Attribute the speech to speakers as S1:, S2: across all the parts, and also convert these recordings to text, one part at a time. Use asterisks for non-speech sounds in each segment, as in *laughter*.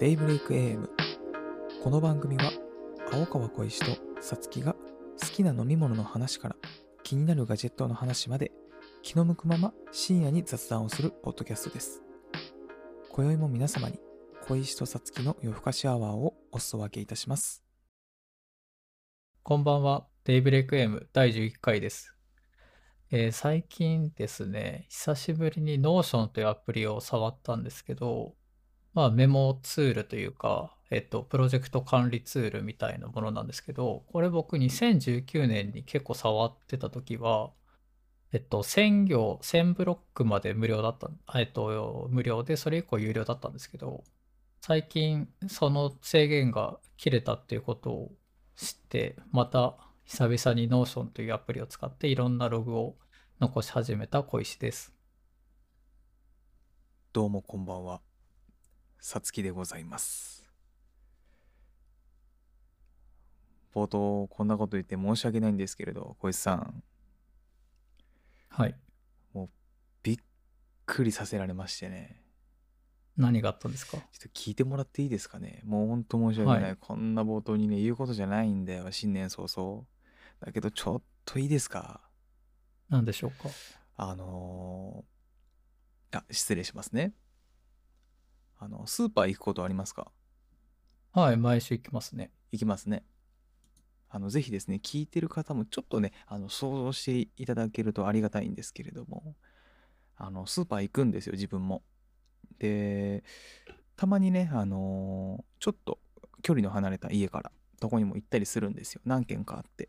S1: デイブレイク AM この番組は青川小石とさつきが好きな飲み物の話から気になるガジェットの話まで気の向くまま深夜に雑談をするポッドキャストです今宵も皆様に小石とさつきの夜更かしアワーをお裾分けいたします
S2: こんばんは。デイブレイク M 第11回です。えー最近ですね、久しぶりに Notion というアプリを触ったんですけど、まあ、メモツールというか、えっと、プロジェクト管理ツールみたいなものなんですけど、これ僕2019年に結構触ってた時は、えっと、1000行、1000ブロックまで無料だった、あえっと、無料で、それ以降有料だったんですけど、最近その制限が切れたっていうことを知ってまた久々に Notion というアプリを使っていろんなログを残し始めた小石です。
S1: どうもこんばんはさつきでございます冒頭こんなこと言って申し訳ないんですけれど小石さん
S2: はい。
S1: びっくりさせられましてね
S2: 何があったんですか
S1: ちょっと聞いてもらっていいですかねもうほんと申し訳ない、
S2: はい
S1: こんな冒頭にね言うことじゃないんだよ新年早々だけどちょっといいですか
S2: 何でしょうか
S1: あのーあ失礼しますねあのスーパー行くことありますか
S2: はい、毎週行きますね。
S1: 行きますねあのぜひですね聞いてる方もちょっとねあの想像していただけるとありがたいんですけれどもあのスーパー行くんですよ自分もでたまにねあのーちょっと距離の離れた家からどこにも行ったりするんですよ何軒かあって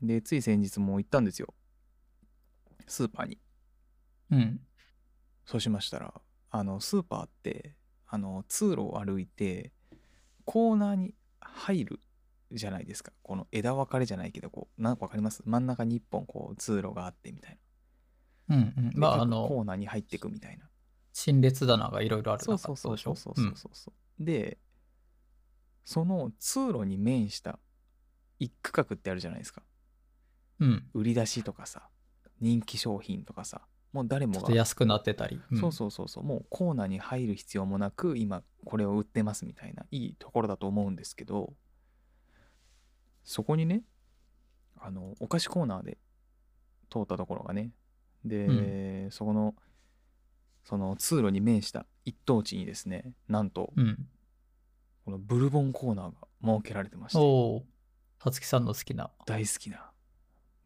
S1: でつい先日も行ったんですよスーパーに
S2: うん。
S1: そうしましたらあのスーパーってあの通路を歩いてコーナーに入るじゃないですかこの枝分かれじゃないけどこうなんか分かります真ん中に一本こう通路があってみたいな
S2: うんうん。
S1: で
S2: まあ、
S1: 各
S2: あ
S1: コー
S2: の、
S1: ナーに入っていくみたいな
S2: 陳列棚がいろいろある
S1: そう
S2: 中
S1: そう
S2: ってこ
S1: そうそ
S2: とでしょ
S1: うそうそうそうそうでその通路に面した一区画ってあるじゃないですか
S2: うん。うん
S1: 売り出しとかさ人気商品とかさもう誰
S2: ち
S1: も
S2: ょっ
S1: が
S2: と安くなってたり。ん
S1: そうそうそうそうもうコーナーに入る必要もなく今これを売ってますみたいないいところだと思うんですけどそこにねあのお菓子コーナーで通ったところがねで、そこのその通路に面した一等地にですねなんと
S2: うん。
S1: このブルボンコーナーが設けられてまして
S2: おお。さつきさんの好きな。
S1: 大好きな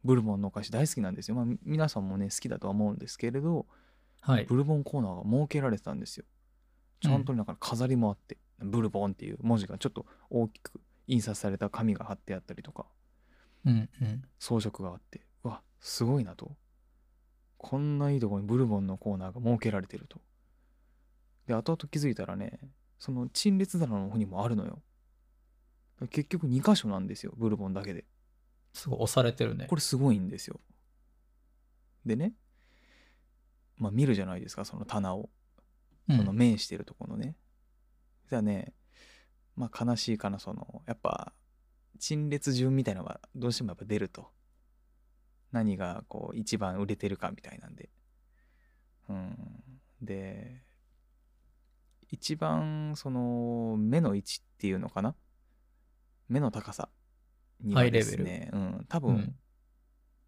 S1: ブルボンのお菓子大好きなんですよ、まあ、み皆さんもね好きだとは思うんですけれど
S2: はい。
S1: ブルボンコーナーが設けられてたんですよ。ちゃんとなんか飾りもあって、ブルボンっていう文字がちょっと大きく印刷された紙が貼ってあったりとか、
S2: うんうん。
S1: 装飾があって、うわ、すごいなと。こんないいとこにブルボンのコーナーが設けられてると。で、後々気づいたらね、その陳列棚の方にもあるのよ。結局2箇所なんですよ、ブルボンだけで。
S2: すごい押されてるね。
S1: これすごいんですよ。でね、まあ見るじゃないですか、その棚を。
S2: れ、う
S1: その
S2: ん、
S1: 面してるところね。じゃあね、まあ悲しいかな、その、やっぱ、陳列順みたいなのがどうしてもやっぱ出ると。何がこう一番売れてるかみたいなんで。うん。で、一番その目の位置っていうのかな目の高さにはですね、うん、多
S2: う
S1: 分
S2: ん。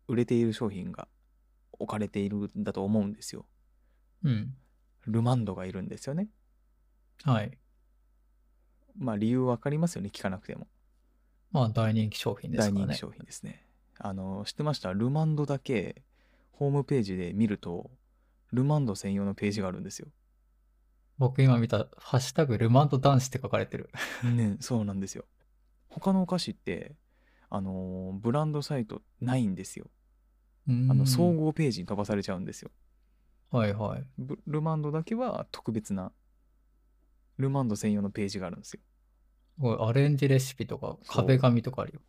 S1: 売れている商品が置かれているんだと思うんですよ。
S2: うん。
S1: ルマンドがいるんですよね。
S2: はい。
S1: まあ理由わかりますよね聞かなくても
S2: まあ、大人気商品です
S1: 大
S2: から
S1: 人
S2: ね。
S1: 気商品ですねあの知ってましたルマンドだけホームページで見るとルマンド専用のページがあるんです
S2: *laughs*
S1: よ、
S2: 僕今見た、ハッシュタグルマンド男子って書かれてる。
S1: ね、そうなんですよ他のお菓子ってあのブランドサイトないんですよあ
S2: あ
S1: の総合ページに飛ばされちゃうんですよ
S2: はいはい。
S1: ブルマンドだけは特別なルマンド専用のページがあるんですよ
S2: すごいアレンジレシピとか
S1: そう
S2: 壁紙とかあるよ。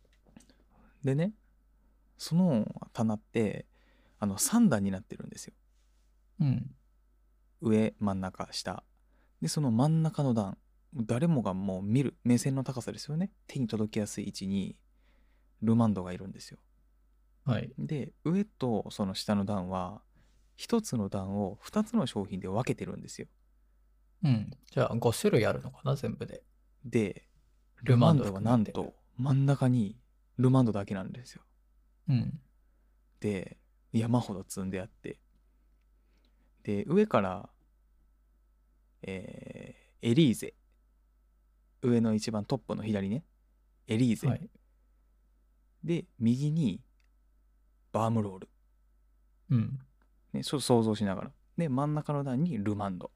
S1: でねその棚ってあの3段になってるんですよ
S2: うん。
S1: 上真ん中下でその真ん中の段誰もがもう見る目線の高さですよね手に届きやすい位置にルマンドがいるんですよ
S2: はい。
S1: で上とその下の段は一つの段を二つの商品で分けてるんですよ
S2: うん。じゃあ5種類あるのかな、全部で。
S1: で、
S2: ルマンド
S1: ルマンドはなんと真ん中にルマンドだけなんですよ。
S2: うん。
S1: で、山ほど積んであって。で、上から、えーエリーゼ。上の一番トップの左ね。エリーゼ。
S2: はい。
S1: で、右にバームロール。
S2: うん。
S1: ね、そう想像しながら。で、真ん中の段にルマンド。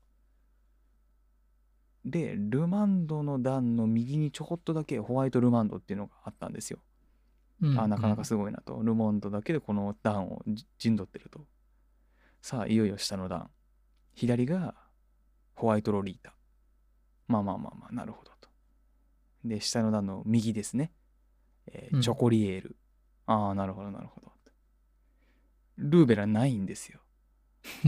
S1: で、ルマンドの段の右にちょこっとだけホワイトルマンドっていうのがあったんですよ。
S2: うん、
S1: あなかなか
S2: う
S1: すごいなと、ルモンドだけでこの段をじ陣取ってるとさあいよいよ下の段左がホワイトロリータまあまあまあまあなるほどとで下の段の右ですね、えー
S2: うん
S1: チョコリエール、ああなるほどなるほどルーベラないんですよ
S2: *laughs*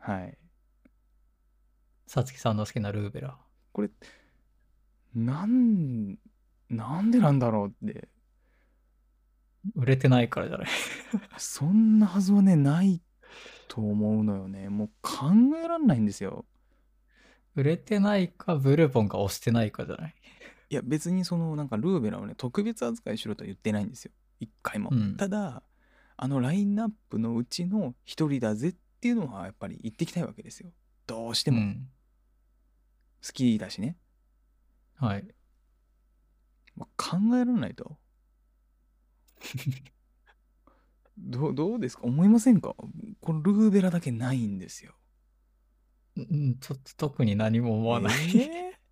S2: ん
S1: はい
S2: さつきさんの好きなルーベラ。
S1: これなんなんでなんだろうって
S2: 売れてないからじゃない。
S1: そんなはずはねないと思うのよねもう考えらんないんですよ
S2: 売れてないか、ブルボンが押してないかじゃない。
S1: いや別にそのなんかルーベラをね特別扱いしろとは言ってないんですよ一回も、
S2: うん
S1: ただあのラインナップのうちの一人だぜっていうのはやっぱり言ってきたいわけですよどうして
S2: う
S1: も
S2: ん
S1: 好きだしね、
S2: はい。
S1: まあ考えられないと *laughs* どうどうですか思いませんかこのルーベラだけないんですよ
S2: うん、ちょっと特に何も思わ *laughs* ない。
S1: えー *laughs*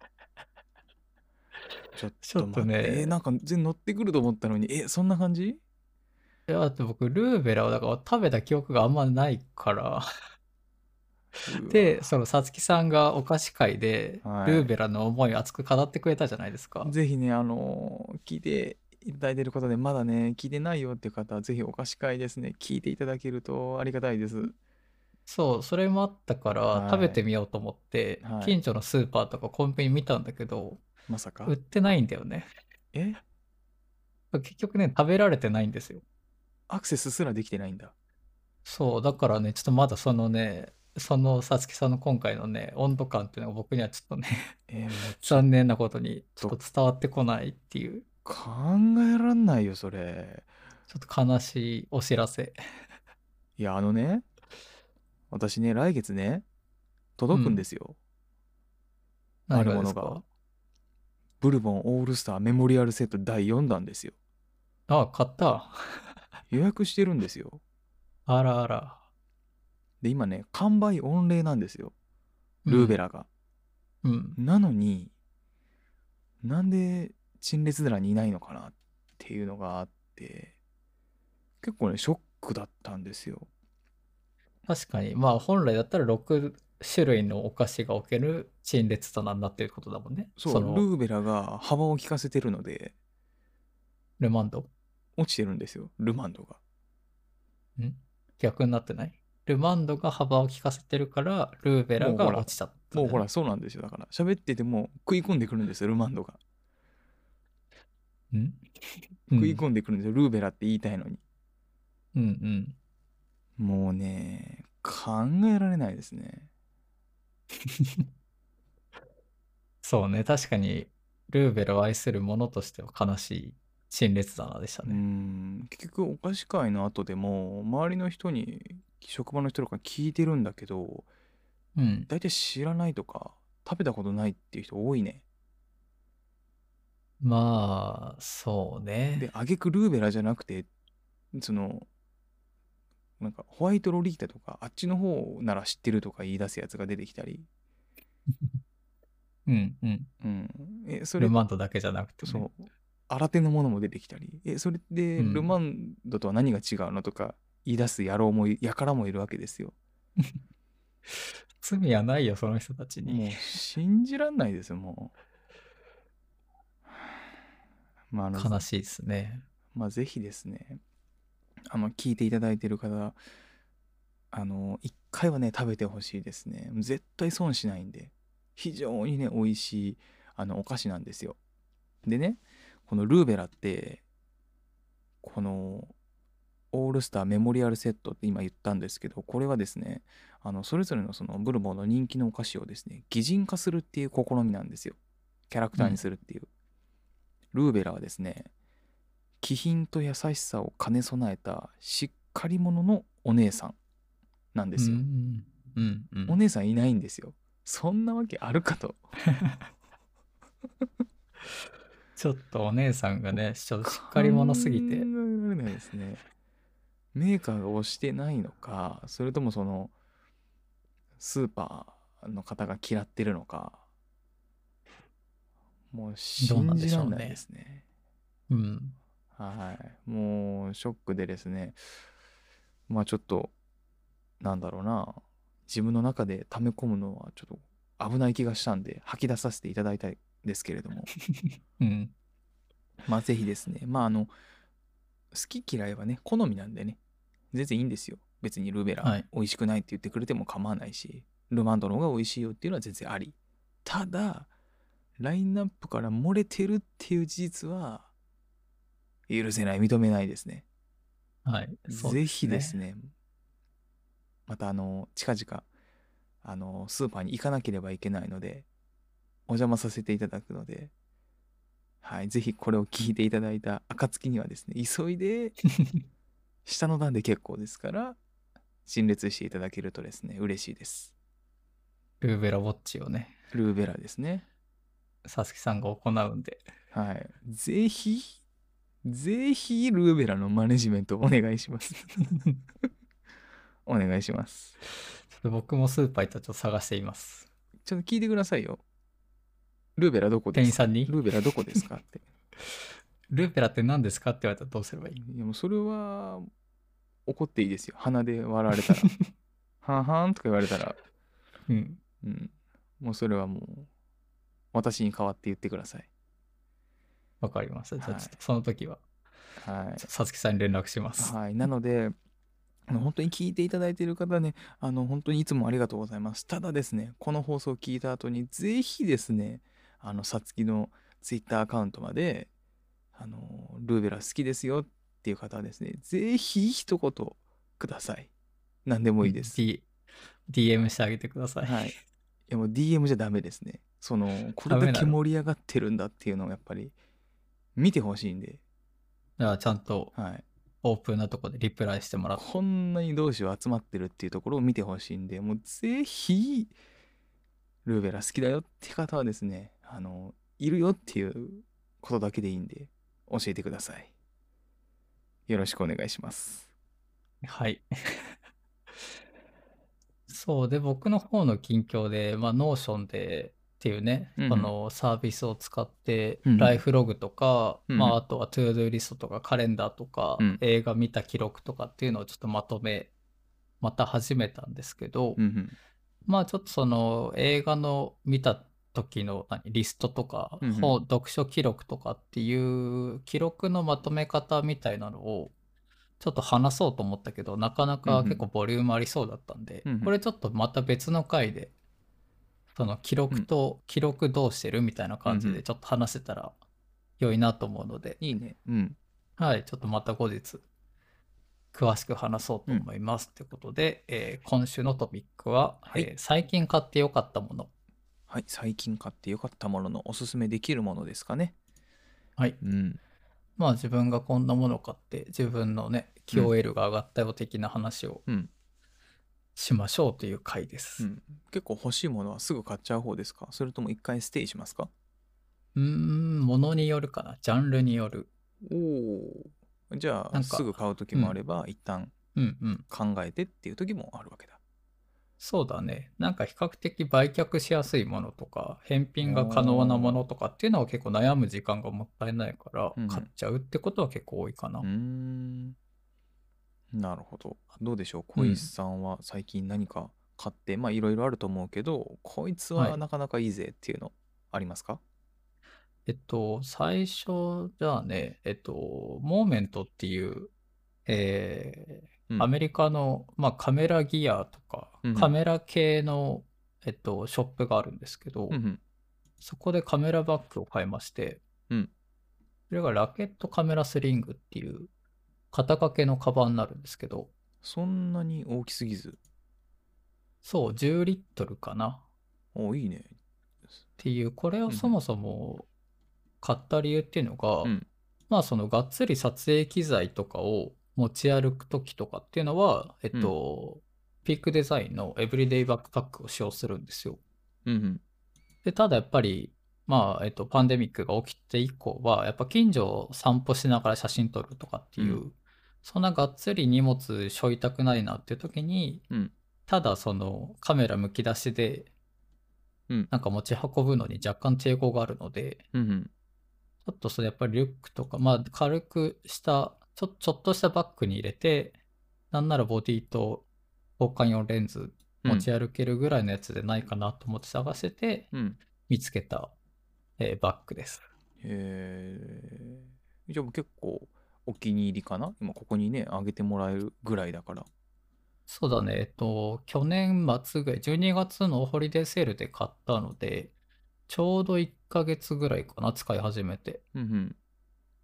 S1: ちょっ
S2: ちょ
S1: と
S2: っと
S1: 待って
S2: ね
S1: えーなんか全然乗ってくると思ったのにえそんな感じ
S2: いや、だって僕、ルーベラをだから食べた記憶があんまないから。で、そのさつきさんがお菓子会で、
S1: はい
S2: ルーベラの思いを熱く語ってくれたじゃないですか。
S1: ぜひね、あのー聞いていただいてる方で、まだね、聞いてないよっていう方は、ぜひお貸し会ですね、聞いていただけるとありがたいです。
S2: そう、それもあったから
S1: はい
S2: 食べてみようと思って、
S1: はい
S2: 近所のスーパーとかコンビニ見たんだけど、
S1: まさか
S2: 売っ。てないんだよね。
S1: え
S2: 結局ね、食べられてないんですよ。
S1: アクセスすらできてないんだ。
S2: そう、だからね、ちょっとまだそのね、そのさつきさんの今回のね、温度感っていうのが僕にはちょっ
S1: *laughs*
S2: とね、
S1: えーもう
S2: 残念なことにちょ
S1: と
S2: っと伝わってこないっていう、
S1: 考えらんないよ、それ。
S2: ちょっと悲しいお知らせ。
S1: いや、あのね、私ね、来月ね、届くんですよ。
S2: 何が
S1: あるも
S2: で
S1: の
S2: す
S1: が
S2: か
S1: ブルボンオールスターメモリアルセット第4弾ですよ。
S2: あ、買った。
S1: 予約してるんですよ。
S2: あらあら。
S1: で、今ね、完売御礼なんですよ、ルーベ
S2: ラ。
S1: ラが。
S2: うん。
S1: なのになんで陳列寺にいないのかなっていうのがあって結構ねショックだったんですよ。
S2: 確かに。まあ本来だったら6種類のお菓子が置ける陳列棚になってることだもんね。
S1: そう
S2: の
S1: ルーベラが幅を利かせてるので
S2: ルマンド。
S1: 落ちてるんですよルマンドが。
S2: 逆になってないルマンドが幅を利かせてるから、ルーベラ
S1: もう
S2: が
S1: ほら
S2: 落ちちゃった、
S1: もうほら。そうなんですよだから喋ってても食い込んでくるんですよルマンドが。
S2: うん
S1: 食い込んでくるんですよ、ルーベラって言いたいのに。
S2: うんうん。
S1: もうね考えられないですね。
S2: そうね。確かに、ルーベラを愛する者としては悲しい陳列棚でした
S1: う
S2: ね。
S1: ん結局お菓子会の後でも周りの人に職場の人とか聞いてるんだけど
S2: うん。
S1: 大体知らないとか食べたことないっていう人多いね
S2: まあ、そう
S1: で
S2: ね。
S1: あげくルーベラじゃなくてそのなんかホワイトロリータとかあっちの方なら知ってるとか言い出すやつが出てきたり、
S2: うんうん。
S1: うん、えそれ
S2: ルマンドだけじゃなくて、ね。
S1: そう新手のものも出てきたりえそれで
S2: うん
S1: ルマンドとは何が違うのとか言い出す野郎もやからもいるわけですよ
S2: 罪はないよ、その人たちに。
S1: もう信じらんないですよ、もう。
S2: *laughs*
S1: まあ、あの
S2: 悲しいですね。
S1: まあ、ぜひですね、あの、聞いていただいてる方、あの、一回はね、食べてほしいですね。絶対損しないんで、非常にね、美味しい、あの、お菓子なんですよ。でね、このルーベラって、この、オールスターメモリアルセットって今言ったんですけどこれはですねあのそれぞれのそのブルボンの人気のお菓子をですね擬人化するっていう試みなんですよキャラクターにするっていう、ルーベラはですね気品と優しさを兼ね備えたしっかり者のお姉さんなんですよ、
S2: うんうんうん
S1: お姉さんいないんですよそんなわけあるかと
S2: ちょっとお姉さんがねちょっとしっかり者すぎ
S1: 考
S2: て
S1: えられないですね。メーカーが押してないのか、それともその、スーパーの方が嫌ってるのか、もう信じられないですね。
S2: うん
S1: はい。もうショックでですね、まあちょっと、なんだろうな、自分の中で溜め込むのはちょっと危ない気がしたんで、吐き出させていただいたいですけれど
S2: *laughs*
S1: も。
S2: うん
S1: まあぜひですね、まああの、好き嫌いはね、好みなんでね、全然いいんですよ。別にルベラ、
S2: はい
S1: 美味しくないって言ってくれても構わないし、ルマンドの方が美味しいよっていうのは全然あり。ただ、ラインナップから漏れてるっていう事実は、許せない、認めないですね。
S2: はいそう
S1: ぜひですね、またあの、近々、あの、スーパーに行かなければいけないので、お邪魔させていただくので、はい、ぜひこれを聞いていただいた暁にはですね、急い *laughs* で、下の段で結構ですから、陳列していただけるとですね、嬉しいです。
S2: ルーベラウォッチをね
S1: ルーベラですね。
S2: 佐々木さんが行うんで
S1: はい。ぜひ、ぜひ、ルーベラのマネジメントをお願いし *laughs* ます。お願いします。
S2: ちょっと僕もスーパー行ったらちょっと探しています
S1: ちょっと聞いてくださいよ。ルーベラどこ
S2: 店
S1: で
S2: 員
S1: すか
S2: さんに
S1: ルーベラどこですかって。
S2: ルーベラって何ですかって言われたらどうすればいい
S1: いやもうそれは怒っていいですよ。鼻で笑われたら。はんはんとか言われたら、
S2: うん
S1: うん。もうそれはもう私に代わって言ってください。
S2: わかりましたじゃ
S1: は
S2: あ
S1: い
S2: ちょっとその時は
S1: はい。
S2: ちょっと佐々木さんに連絡します
S1: はい、なので、あの本当に聞いていただいている方ね、あの本当にいつもありがとうございます。ただですね、この放送を聞いた後に、ぜひですね、あの、さつきのツイッターアカウントまで、あの、ルーベラ好きですよっていう方はですね、ぜひ一言ください。何でもいいです。
S2: D DM してあげてください、
S1: はい。いやもう DM じゃダメですね。その、これ
S2: ダメ
S1: だ
S2: な
S1: け
S2: の
S1: 盛り上がってるんだっていうのをやっぱり見てほしいんで、
S2: じゃあちゃんと
S1: はい。
S2: オープンなとこでリプライしてもらって
S1: こんなに同志は集まってるっていうところを見てほしいんで、もうぜひ、ルーベラ好きだよって方はですね、あの、いるよっていうことだけでいいんで、教えてください。よろしくお願いします。
S2: はい。そうで、僕の方の近況で、まあ、ノーションでっていうね、
S1: うんうん
S2: このサービスを使って、
S1: うんうん
S2: ライフログとか、
S1: うんうん
S2: まあ、あとはトゥードゥーリストとか、カレンダーとか、
S1: うん
S2: 映画見た記録とかっていうのをちょっとまとめ、また始めたんですけど、
S1: うん
S2: まあちょっとその映画の見た時の何リストとか、
S1: うんうん
S2: 本読書記録とかっていう記録のまとめ方みたいなのをちょっと話そうと思ったけどなかなか結構ボリュームありそうだったんで、
S1: うんうん
S2: これちょっとまた別の回でその記録と記録どうしてるみたいな感じ
S1: うんう
S2: で
S1: ん
S2: ちょっと話せたら良いなと思うので、
S1: いいね。うん。
S2: はい、ちょっとまた後日、詳しく話そうと思います。ということで、えー今週のトピックは、
S1: はい
S2: えー最近買ってよかったもの。
S1: はい。最近買ってよかったもののおすすめできるものですかね。
S2: はい。
S1: うん。
S2: まあ自分がこんなものを買って、自分のね、QOL が上がったよ的な話を
S1: うん
S2: しましょうという回で
S1: う
S2: す。
S1: ん、結構欲しいものはすぐ買っちゃう方ですかそれとも一回ステイしますか
S2: うーん、ものによるかな。ジャンルによる。
S1: おお。じゃ
S2: な
S1: あ、
S2: んか
S1: すぐ買う時もあれば、一旦
S2: うんうん。
S1: 考えてっていう時もあるわけだ。
S2: そうだね。なんか比較的売却しやすいものとか、返品が可能なものとかっていうのは結構悩む時間がもったいないから
S1: うんう、ん
S2: 買っちゃうってことは結構多いかな。
S1: うーん。なるほど。どうでしょう小石さんは最近何か買って、まあいろいろあると思うけど、こいつ
S2: は
S1: はいなかなかいいぜっていうのありますか、
S2: えっと、最初じゃあね、えっと、モーメントっていう、え
S1: う
S2: ー
S1: ん
S2: アメリカの、まあ、カメラギアとか
S1: うんうん、
S2: カメラ系の、えっと、ショップがあるんですけど
S1: う、んうん
S2: そこでカメラバッグを買いまして
S1: うん、
S2: それがラケットカメラスリングっていう、肩掛けのカバンになるんですけど、
S1: そんなに大きすぎず。
S2: そう、10リットルかな。
S1: おいいね。
S2: っていうこれ
S1: う
S2: を
S1: ん
S2: そもそも買った理由っていうのが、
S1: うん
S2: まあそのがっつり撮影機材とかを持ち歩く時とかっていうのはえっと、ピークデザインのエブリデイバックパックを使用するんですよ
S1: うんうん。
S2: でただやっぱりまあえっとパンデミックが起きて以降はやっぱ近所を散歩しながら写真撮るとかっていう、
S1: う
S2: そんながっつり荷物背負いたくないなっていう時に、
S1: うん
S2: ただそのカメラむき出しで
S1: うん
S2: なんか持ち運ぶのに若干抵抗があるので、
S1: うんうん。
S2: ちょっとそれやっぱりリュックとか、まあ軽くした、ちょちょっとしたバッグに入れて、なんならボディと交換用レンズ持ち歩けるぐらいのやつでないかなと思って探してて、
S1: うん。
S2: 見つけた、えーバッグです。
S1: へえ。じゃあ結構お気に入りかな今ここにね、あげてもらえるぐらいだから。
S2: そうだね、えっと、去年末ぐらい、12月のホリデーセールで買ったので、ちょうど1ヶ月ぐらいかな、使い始めて。
S1: うん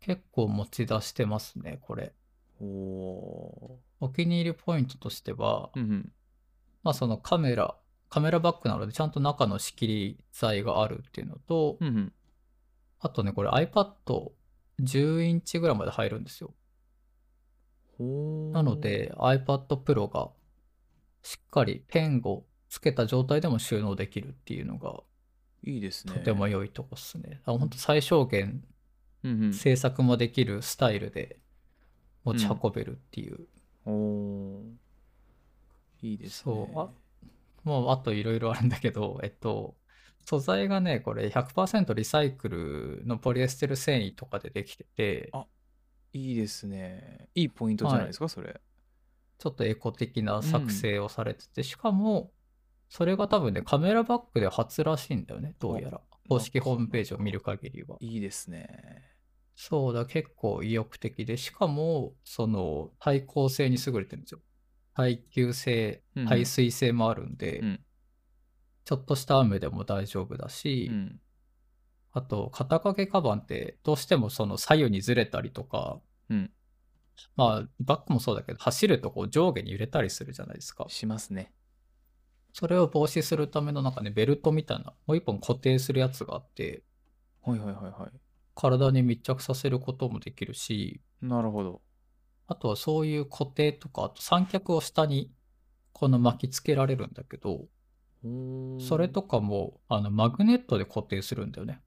S2: 結構持ち出してますね、これ。
S1: うん。お
S2: お気に入りポイントとしては、
S1: ー。うんうん。
S2: まあそのカメラ、カメラバッグなのでちゃんと中の仕切り材があるっていうのと、
S1: うんうん。
S2: あとね、これ iPad10 インチぐらいまで入るんですよ。
S1: ほー
S2: なの、で iPad Pro がしっかりペンをつけた状態でも収納できるっていうのが
S1: いいですね。
S2: とても良いとこっすね。あ本当最小限
S1: うんうん。
S2: 制作もできるスタイルで持ち運べるっていう。
S1: おーいいですね。
S2: そうあもうあといろいろあるんだけど、えっと、素材がね、これ100%リサイクルのポリエステル繊維とかでできてて
S1: あ、いいですね。いいポイントじゃないですか、それ。
S2: ちょっとエコ的な作成をされてて、しかも、それが多分ね、カメラバッグで初らしいんだよね、どうやら。公式ホームページを見る限りは。
S1: いいですね。
S2: そうだ、結構意欲的で、しかも、その、耐光性に優れてるんですよ。耐久性
S1: うん、
S2: 耐水性もあるんで、
S1: うん
S2: ちょっとした雨でも大丈夫だし、
S1: うん。
S2: あと、肩掛けカバンって、どうしてもその左右にずれたりとか、
S1: うん
S2: まあ、バックもそうだけど、走るとこう上下に揺れたりするじゃないですか。
S1: しますね。
S2: それを防止するためのなんかね、ベルトみたいな、もう一本固定するやつがあって、
S1: はいはいはいは
S2: 体に密着させることもできるし、
S1: い。なるほど。
S2: あとはそういう固定とか、あと三脚を下にこの巻きつけられるんだけど、
S1: おー
S2: それとかもあのマグネットで固定するんだよね。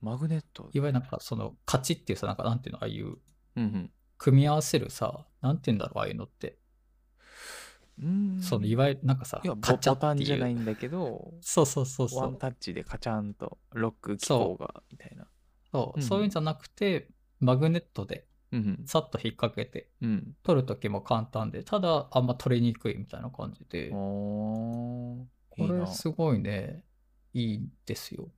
S1: マグネット。
S2: いわゆるなんかそのカチっていうさ、なんかなんていうの、ああいう
S1: うん
S2: 組み合わせるさ、なんて言うんだろう、ああいうのって。
S1: うん。うん
S2: そのいわゆるなんかさ
S1: いや、ボ
S2: カチャ
S1: ボタ
S2: っ
S1: ン
S2: て。
S1: じゃないいうんだけど、
S2: そうそうそうそ
S1: ワン
S2: う。
S1: タッチでカチャンとロック機
S2: そう
S1: 構がみたいな。
S2: そう
S1: ん
S2: う、そういうんじゃなくて、マグネットで
S1: うん
S2: さっと引っ掛けて、
S1: うん。
S2: 取るときも簡単で、ただあんま取れにくいみたいな感じで
S1: うん。、おー
S2: こ
S1: いい
S2: れ
S1: な。
S2: すごいね、いいんですよ。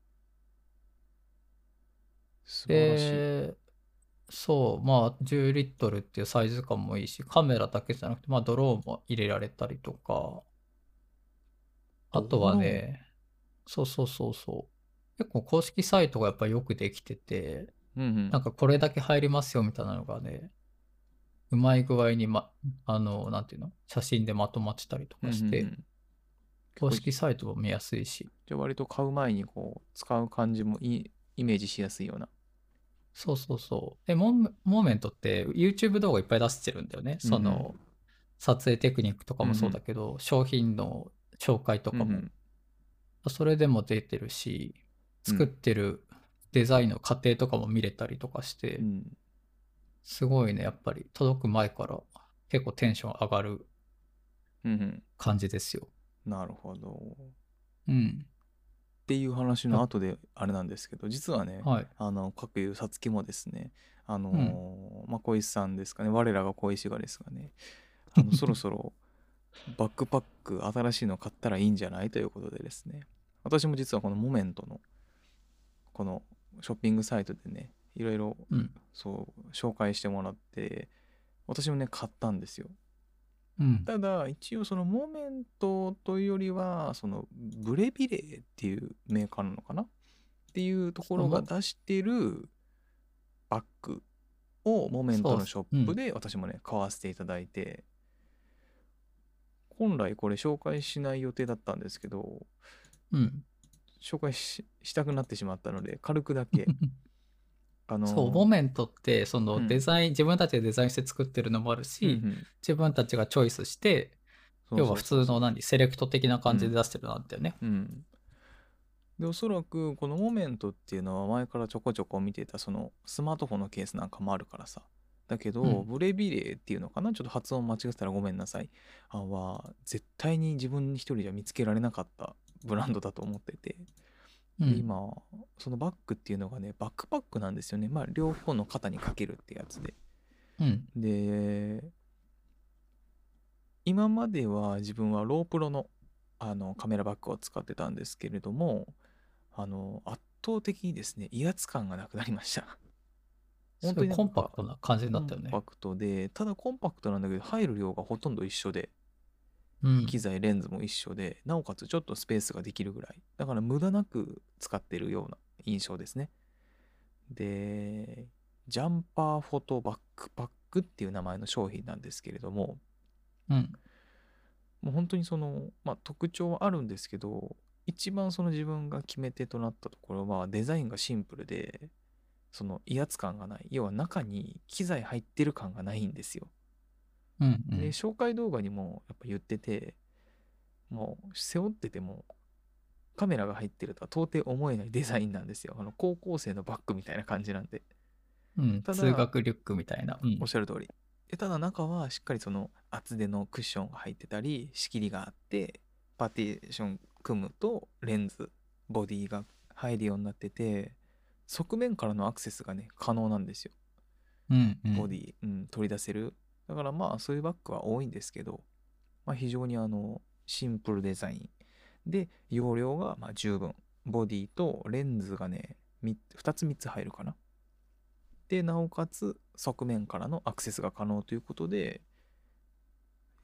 S1: 素晴らしい。
S2: で、そう、まあ10リットルっていうサイズ感もいいし、カメラだけじゃなくて、まあドローンも入れられたりとか、あとは
S1: ドロ
S2: ね、そうそうそうそう。結構公式サイトがやっぱよくできてて、
S1: うんうん。
S2: なんかこれだけ入りますよみたいなのがね、うまい具合に、ま、あの、なんていうの、写真でまとまってたりとかして、
S1: うんうんうん
S2: 公式サイトも見やすいし、
S1: じゃあ割と買う前にこう使う感じもいいイメージしやすいような。
S2: そうそうそう。で、モーモーメントって YouTube 動画いっぱい出してるんだよね。その、撮影テクニックとかもそうだけど、商品の紹介とかも、
S1: うんうん
S2: それでも出てるし、
S1: うん
S2: 作ってるデザインの過程とかも見れたりとかして、
S1: うん
S2: すごいね、やっぱり届く前から結構テンション上がる
S1: うんうん
S2: 感じですよ。
S1: なるほど。
S2: うん。
S1: っていう話の後であれなんですけど実はね、
S2: はい。
S1: あの各有さつきもですねあのーまあ、小石さんですかね我らが小石がですが *laughs* ねあのそろそろバックパック新しいの買ったらいいんじゃないということでですね私も実はこのモメントのこのショッピングサイトでねいろいろ
S2: うん。
S1: そう紹介してもらって私もね買ったんですよ
S2: うん。
S1: ただ一応そのモメントというよりはそのブレビレーっていうメーカーなのかなっていうところが出してるバッグをモメント
S2: そうっ
S1: の
S2: す
S1: ショップで私もね、買わせていただいて本来これ紹介しない予定だったんですけど
S2: うん。
S1: 紹介ししたくなってしまったので軽くだ
S2: *laughs*
S1: けあの
S2: そう、モメントって、そ
S1: うん
S2: のデザイン、自分たちでデザインして作ってるのもあるし、
S1: うんうん
S2: 自分たちがチョイスして、
S1: そうそうそう
S2: 要は普通の何、セレクト的な感じで出してるなんだよね。
S1: うん、でおそらくこのモメントっていうのは前からちょこちょこ見てたそのスマートフォンのケースなんかもあるからさだけど、
S2: うん
S1: ブレビレーっていうのかなちょっと発音間違ってたらごめんなさいあは絶対に自分一人じゃ見つけられなかったブランドだと思ってて、
S2: う
S1: で
S2: ん、
S1: 今そのバッグっていうのがねバックパックなんですよねまあ両方の肩にかけるってやつで
S2: うん。
S1: で今までは自分はロープロのあのカメラバッグを使ってたんですけれどもあの圧倒的にですね威圧感がなくなりました
S2: すごいコンパクトな感じになったよね
S1: コン。パクトでただコンパクトなんだけど入る量がほとんど一緒で
S2: うん。
S1: 機材レンズも一緒でなおかつちょっとスペースができるぐらいだから無駄なく使ってるような印象ですねでジャンパーフォトバックパックっていう名前の商品なんですけれども
S2: うん。
S1: もう本当にその、まあ、特徴はあるんですけど一番その自分が決め手となったところはデザインがシンプルでその威圧感がない要は中に機材入ってる感がないんですよ
S2: うん。うん
S1: で紹介動画にもやっぱ言っててもう背負っててもカメラが入ってるとは到底思えないデザインなんですよあの高校生のバッグみたいな感じなんで
S2: うん。
S1: ただ
S2: 通学リュックみたいな。うん
S1: おっ。しゃる通りでただ中はしっかりその厚手のクッションが入ってたり仕切りがあってパティション組むとレンズボディが入るようになってて側面からのアクセスがね可能なんですよ
S2: うん。うん
S1: ボディ、うん、取り出せる。だからまあそういうバッグは多いんですけど、まあ、非常にあのシンプルデザインで容量がまあ十分ボディとレンズがね2つ3つ入るかなでなおかつ側面からのアクセスが可能ということで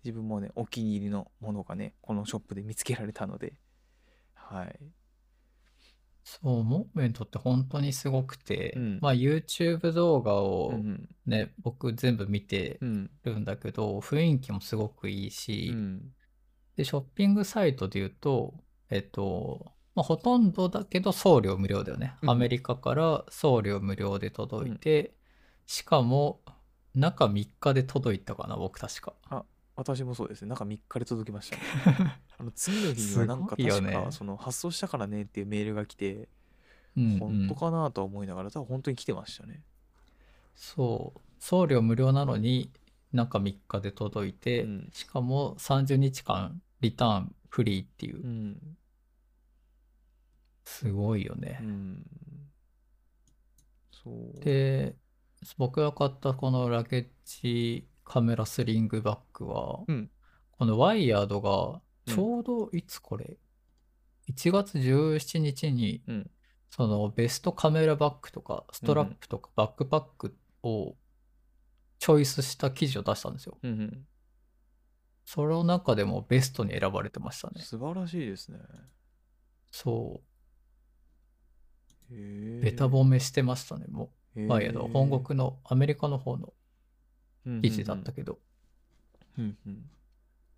S1: 自分もねお気に入りのものがねこのショップで見つけられたのではい
S2: そう、モーメントって本当にすごくて、
S1: うん
S2: まあ YouTube 動画を
S1: うん
S2: ね、僕全部見て
S1: うん
S2: るんだけど、雰囲気もすごくいいし、
S1: うん
S2: で、ショッピングサイトで言うと、えっと、まあ、ほとんどだけど送料無料だよね。
S1: うん
S2: アメリカから送料無料で届いて、しかも中3日で届いたかな、僕確
S1: *laughs*
S2: か。
S1: 私もそうですね。なんか3日で届きましたね。あの次の日にはなんか
S2: すごいよ
S1: 確
S2: ね
S1: かその発送したからねっていうメールが来て、
S2: うんう
S1: 本
S2: ん
S1: 当かなとは思いながら、多分本当に来てましたね。
S2: そう、送料無料なのに、中3日で届いて、
S1: うん
S2: しかも30日間リターンフリーっていう
S1: う、ん。
S2: すごいよ
S1: う
S2: ね。
S1: ん。そう。
S2: で、僕が買ったこのラゲッジカメラスリングバッグは、
S1: うん
S2: このワイヤードが、
S1: うん
S2: ちょうどいつこれ、1月17日に、
S1: うん。
S2: そのベストカメラバッグとか、ストラップとか、バックパックをチョイスした記事を出したんですよ。
S1: うん
S2: その中でもベストに選ばれてました
S1: うん。
S2: ね。
S1: 素晴らしいですね。
S2: そ
S1: へえ
S2: う、べた褒めしてましたね、もう。まあ、やだ、本国のアメリカの方の
S1: の
S2: 記事だったけど、
S1: うんうん。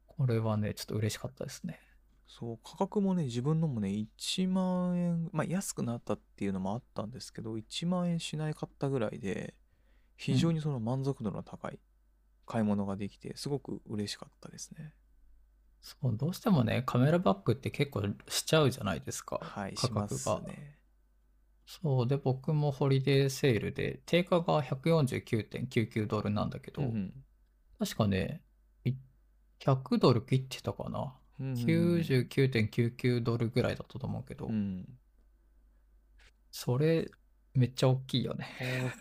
S2: これはね、ちょっと嬉しかったですね。
S1: そう、価格もね、自分のもね、1万円、まあ安くなったっていうのもあったんですけど、1万円しないかったぐらいで、非常にその満足度の高い買い物ができて、すごく嬉しかったですね。
S2: そう、どうしてもね、カメラバッグって結構しちゃうじゃないですか、
S1: はい、
S2: 価
S1: しま
S2: 格
S1: す
S2: が。
S1: ね。
S2: そう、で、僕もホリデーセールで、定価が149.99ドルなんだけど、
S1: うん
S2: 確かね、い100ドル切ってたかな。
S1: うん
S2: 99.99ドルぐらいだったと思うけど、
S1: うん
S2: それ、めっちゃ大きいよね。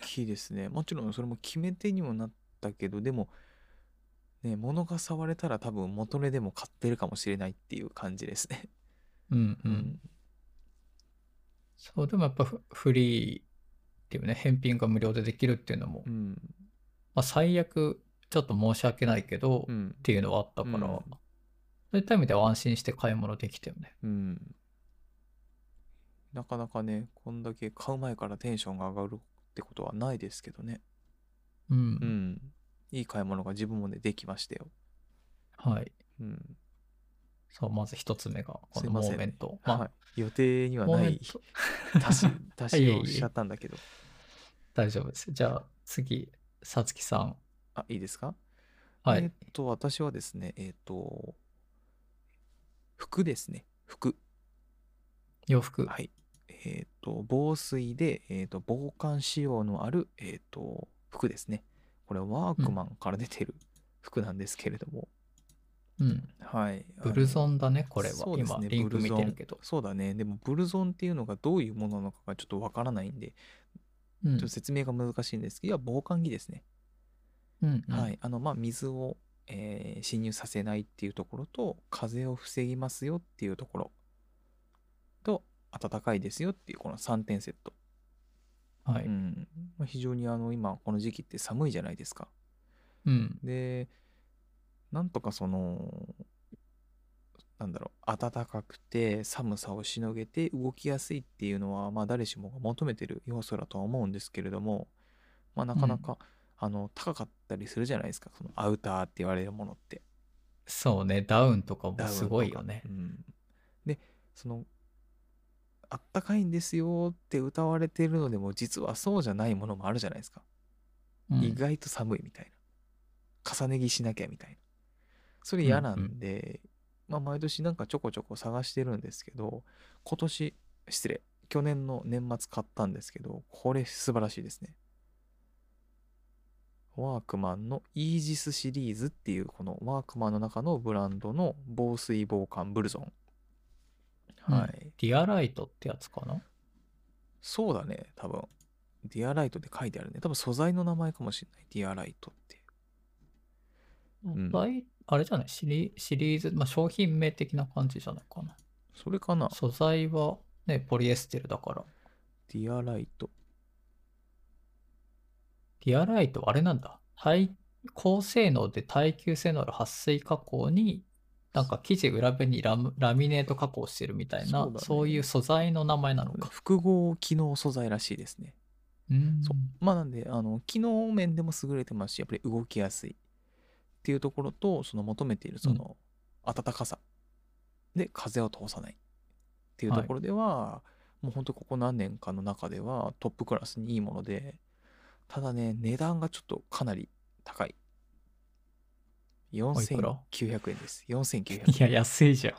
S1: 大きいですね。もちろんそれも決め手にもなったけど、でも、ね、物が触れたら多分元値でも買ってるかもしれないっていう感じですね。
S2: うんうん。そう、でもやっぱフフリーっていうね、返品が無料でできるっていうのも、
S1: うん。
S2: まあ最悪、ちょっと申し訳ないけど、
S1: う
S2: っ
S1: ん。
S2: ていうのはあったから、
S1: うん
S2: そういった意味では安心して買い物できたよね。
S1: うん。なかなかね、こんだけ買う前からテンションが上がるってことはないですけどね。
S2: う。
S1: うんん。いい買い物が自分もね、できましたよ。
S2: はい。
S1: うん。
S2: そう、まず一つ目が、こ
S1: すい
S2: の
S1: ま
S2: モ
S1: せん
S2: ーメント。まあ
S1: はい。予定には
S2: モー
S1: な
S2: メン
S1: い
S2: ト *laughs*
S1: 足し、足
S2: い
S1: し
S2: えいえ
S1: をしちゃったんだけど。
S2: 大丈夫です。じゃあ、次、さつきさん。
S1: あ、いいですか
S2: はい。
S1: えーっと、私はですね、えーっと、服ですね。服。
S2: 洋服。
S1: はい。えーっと、防水で、えーっと、防寒仕様のある、えーっと、服ですね。これ、ワークマンから出てる服なんですけれども。
S2: うん。
S1: はい。
S2: ブル
S1: ン
S2: ゾンだね、これは。
S1: そうです
S2: 今、
S1: ね
S2: リンク
S1: ブル
S2: 見
S1: ゾン
S2: てるけど。
S1: そうだね。でも、ブルゾンっていうのがどういうものなのかがちょっとわからないんで、ち
S2: う
S1: ょ
S2: ん
S1: っと。説明が難しいんですけど、要は防寒着ですね。
S2: うんうん
S1: はい。あの、まあ、水を、えー侵入させないっていうところと、風を防ぎますよっていうところと、暖かいですよっていうこの3点セット。
S2: は
S1: う
S2: い。
S1: ん。まあ、非常にあの、今、この時期って寒いじゃないですか。
S2: うん。
S1: で、なんとかその、なんだろう、暖かくて寒さをしのげて動きやすいっていうのは、まあ誰しもが求めてる要素だとは思うんですけれども、まあなかなか、あの、高かったりするじゃないですか、そのアウターって言われるものって。
S2: そうね、ダウンとかも
S1: ダウンとか
S2: すごいよね
S1: う。んで、その、あったかいんですよって歌われてるのでも、実はそうじゃないものもあるじゃないですか。
S2: うん
S1: 意外と寒いみたいな。重ね着しなきゃみたいな。それ嫌なんで、まあ毎年なんかちょこちょこ探してるんですけど、今年、失礼、去年の年末買ったんですけど、これ素晴らしいですね。ワークマンのイージスシリーズっていうこのワークマンの中のブランドの防水防寒ブルゾン。はい。
S2: ディアライトってやつかな
S1: そうだね、多分。ディアライトって書いてあるね。多分素材の名前かもしれない。ディアライトって。ん
S2: ライあれじゃないシリシリーズ、まあ、商品名的な感じじゃないかな。
S1: それかな
S2: 素材は、ね、ポリエステルだから。
S1: ディアライト。
S2: ディアライト、あれなんだ。耐高性能で耐久性のある撥水加工に、なんか生地裏辺にラムラミネート加工してるみたいな、
S1: そ
S2: そうう,、
S1: だね
S2: いう素材の名前なのか。
S1: 複合機能素材らしいですね。
S2: うん
S1: そうまあなんで、あの、機能面でも優れてますし、やっぱり動きやすいっていうところと、その求めているその暖かさで風を通さないっていうところでは、もう本当ここ何年かの中ではトップクラスにいいもので、ただね、値段がちょっとかなり高い。
S2: いくら
S1: 4900円です。4900円。
S2: いや、安いじゃん。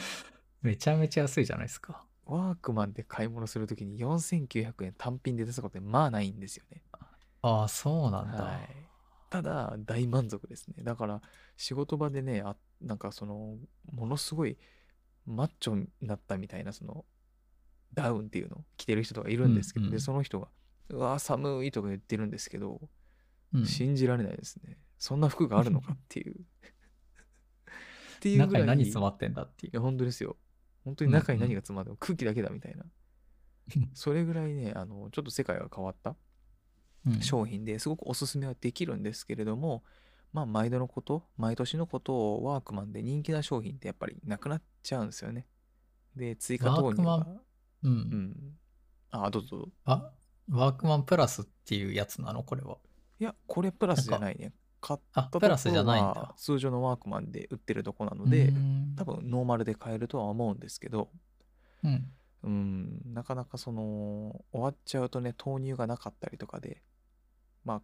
S2: *laughs* めちゃめちゃ安いじゃないですか。
S1: ワークマンで買い物するときに4900円単品で出すことってまあないんですよね。
S2: ああ、そうなんだ。
S1: はい、ただ大満足ですね。だから仕事場でねあなんかそのものすごいマッチョになったみたいなそのダウンっていうのを着てる人とかいるんですけど、
S2: うんうん
S1: でその人が「うわー寒い」とか言ってるんですけど、
S2: うん
S1: 信じられないですね。そんな服があるのかって
S2: *laughs*
S1: いう。っていうぐ
S2: 中
S1: らい
S2: に何詰まってんだってい。
S1: いうや、本当ですよ。本当に中に何が詰まっても空気だけだみたいな。それぐらいね、あの、ちょっと世界が変わった
S2: うん
S1: 商品ですごくおすすめはできるんですけれども、まあ、毎度のこと、毎年のことをワークマンで人気な商品ってやっぱりなくなっちゃうんですよね。で、追加投入
S2: ワー
S1: が
S2: ク。う。
S1: うんん。あ、どうぞどうぞ。
S2: あ、ワークマンプラスっていうやつなのこれは。
S1: いや、これプラスじゃないね。買った
S2: あ
S1: ところは
S2: プラスじゃないんだ
S1: 通常のワークマンで売ってるとこなので
S2: う、ん
S1: 多分ノーマルで買えるとは思うんですけど、
S2: うん。
S1: うん、なかなかその終わっちゃうとね豆乳がなかったりとかでまあ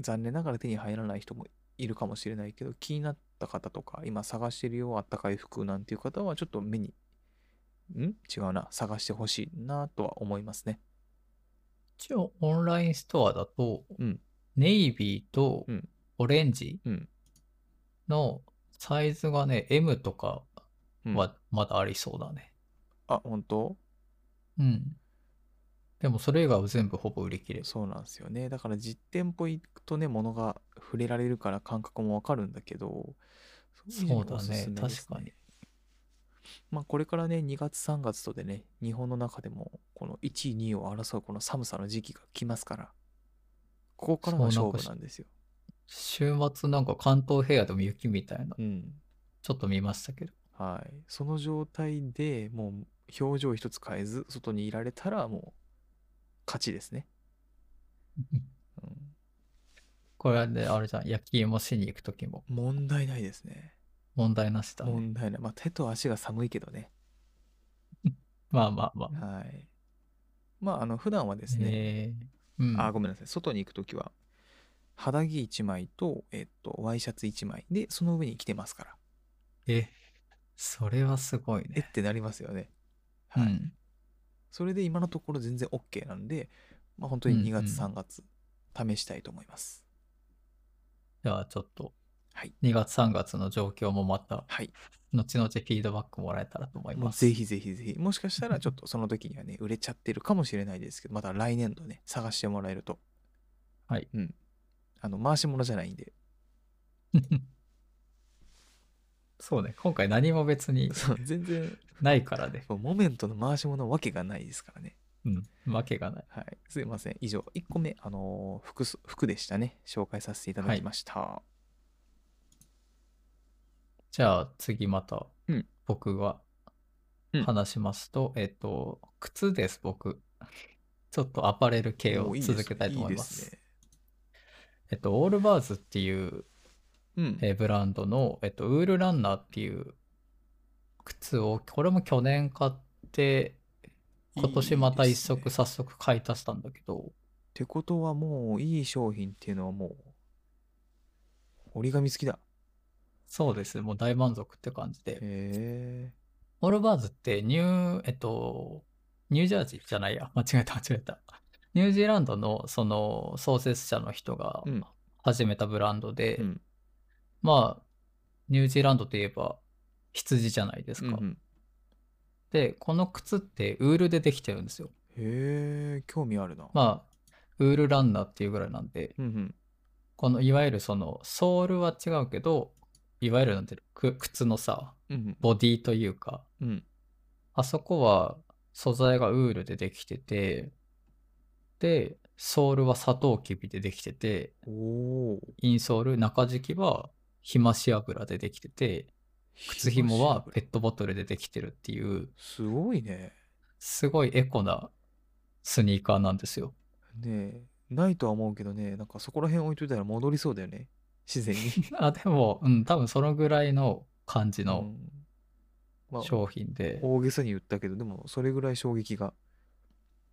S1: 残念ながら手に入らない人もいるかもしれないけど気になった方とか今探してるよあったかい服なんていう方はちょっと目にん違うな探してほしいなとは思いますね
S2: 一応、オンラインストアだと、
S1: うん
S2: ネイビーと
S1: うん
S2: オレンジ
S1: うん
S2: のサイズがね、M とか
S1: うん
S2: はまだありそうだね。
S1: あ本当
S2: うん。でも、それ以外は全部ほぼ売り切れ。
S1: そうなんですよねだから実店舗行くとね物が触れられるから感覚もわかるんだけどい意味で
S2: そうだ
S1: おす
S2: ね
S1: すめで
S2: 確
S1: す
S2: かに。
S1: まあこれからね、2月3月とでね、日本の中でもこの1位2位を争うこの寒さの時期が来ますから、ここからの
S2: そう
S1: 勝
S2: な
S1: 負な
S2: んかし
S1: んですよ。
S2: 週末なんか関東平野でも雪みたいな、
S1: うん。
S2: ちょっと見ましたけど。 *laughs*
S1: はい。その状態でもう表情一つ変えず、外にいられたらもう勝ちですね。うん、
S2: これはね、あれじゃん、焼き芋しに行くときも
S1: 問題ないですね。
S2: 問題なしだね、
S1: 問題ない。まあ、手と足が寒いけどね。
S2: まあまあまあ。
S1: はい。まあ、あの、普段はですね、
S2: えーうん、
S1: あ、ごめんなさい。外に行くときは、肌着1枚と、えっと、ワイシャツ1枚で、その上に着てますから。
S2: え、それはすごい
S1: えっ
S2: ね。
S1: てなりますよね。
S2: う
S1: はい。
S2: ん。
S1: それで今のところ全然 OK なんで、まあ、本当に2
S2: うんう
S1: 月、
S2: ん
S1: 3月、試したいと思います。
S2: じゃあちょっと、
S1: はい
S2: 2月3月の状況もまた、
S1: はい。
S2: 後々フィードバックもらえたらと思い
S1: も
S2: ま
S1: う
S2: す。
S1: ぜひぜひぜひ。もしかしたら、ちょっとその時にはね、売れちゃってるかもしれないですけど、また来年度ね、探してもらえると。
S2: はい。
S1: うん。あの、回し物じゃないんで。
S2: *laughs* そうね、今回何も別に *laughs*
S1: そう、全然、
S2: ないからね。
S1: もうモメントの回し物わけがないですからね。
S2: うん、わけがない。
S1: はい。すいません。以上、1個目、あのー服す、服でしたね。紹介させていただきました。
S2: じゃあ次また
S1: うん
S2: 僕が
S1: うん
S2: 話しますと、えっと、靴です、僕。ちょっとアパレル系
S1: も
S2: を
S1: ういいですね
S2: 続けたいと思います。
S1: いいで
S2: えっと、オールバーズっていう、
S1: ねうん。
S2: えーブランドの、えっと、ウールランナーっていう靴を、これも去年買って、今年また
S1: いい
S2: 一
S1: で
S2: 足
S1: すね
S2: 早速買い足したんだけど、
S1: ってことはもういい商品っていうのはもう折り紙好きだ。
S2: そうですね、もう大満足って感じで。
S1: へ
S2: オールバーズってニュー、えっと、ニュージャージーじゃないや、間違えた間違えた。ニュージーランドのその創設者の人が
S1: うん
S2: 始めたブランドで、
S1: え。うん。
S2: まあ、ニュージーランドといえば羊じゃないです
S1: う
S2: か。
S1: んうん
S2: で、この靴ってウールでできてるんですよ。
S1: へえ、興味あるな。
S2: まあ、ウールランナーっていうぐらいなんで、
S1: うんうん。
S2: このいわゆるそのソールは違うけど、いわゆるなんていうのく靴のさ、
S1: うん
S2: ボディというか、
S1: うん。うん。
S2: あそこは素材がウールでできてて、で、ソールはサトウキビでできてて、
S1: おお。
S2: インソール、中敷きはひまし油でできてて、靴ひもはペットボトルでできてるっていう、
S1: すごいね。
S2: すごいエコなスニーカーなんですよ。 *laughs*
S1: ねえ。ないとは思うけどね、なんかそこら辺置いといたら戻りそうだよね。自然に。
S2: *laughs* あ、でも、うん、多分そのぐらいの感じ
S1: う
S2: の
S1: んまあ、
S2: 商品で、
S1: 大げさに言ったけど、でもそれぐらい衝撃が。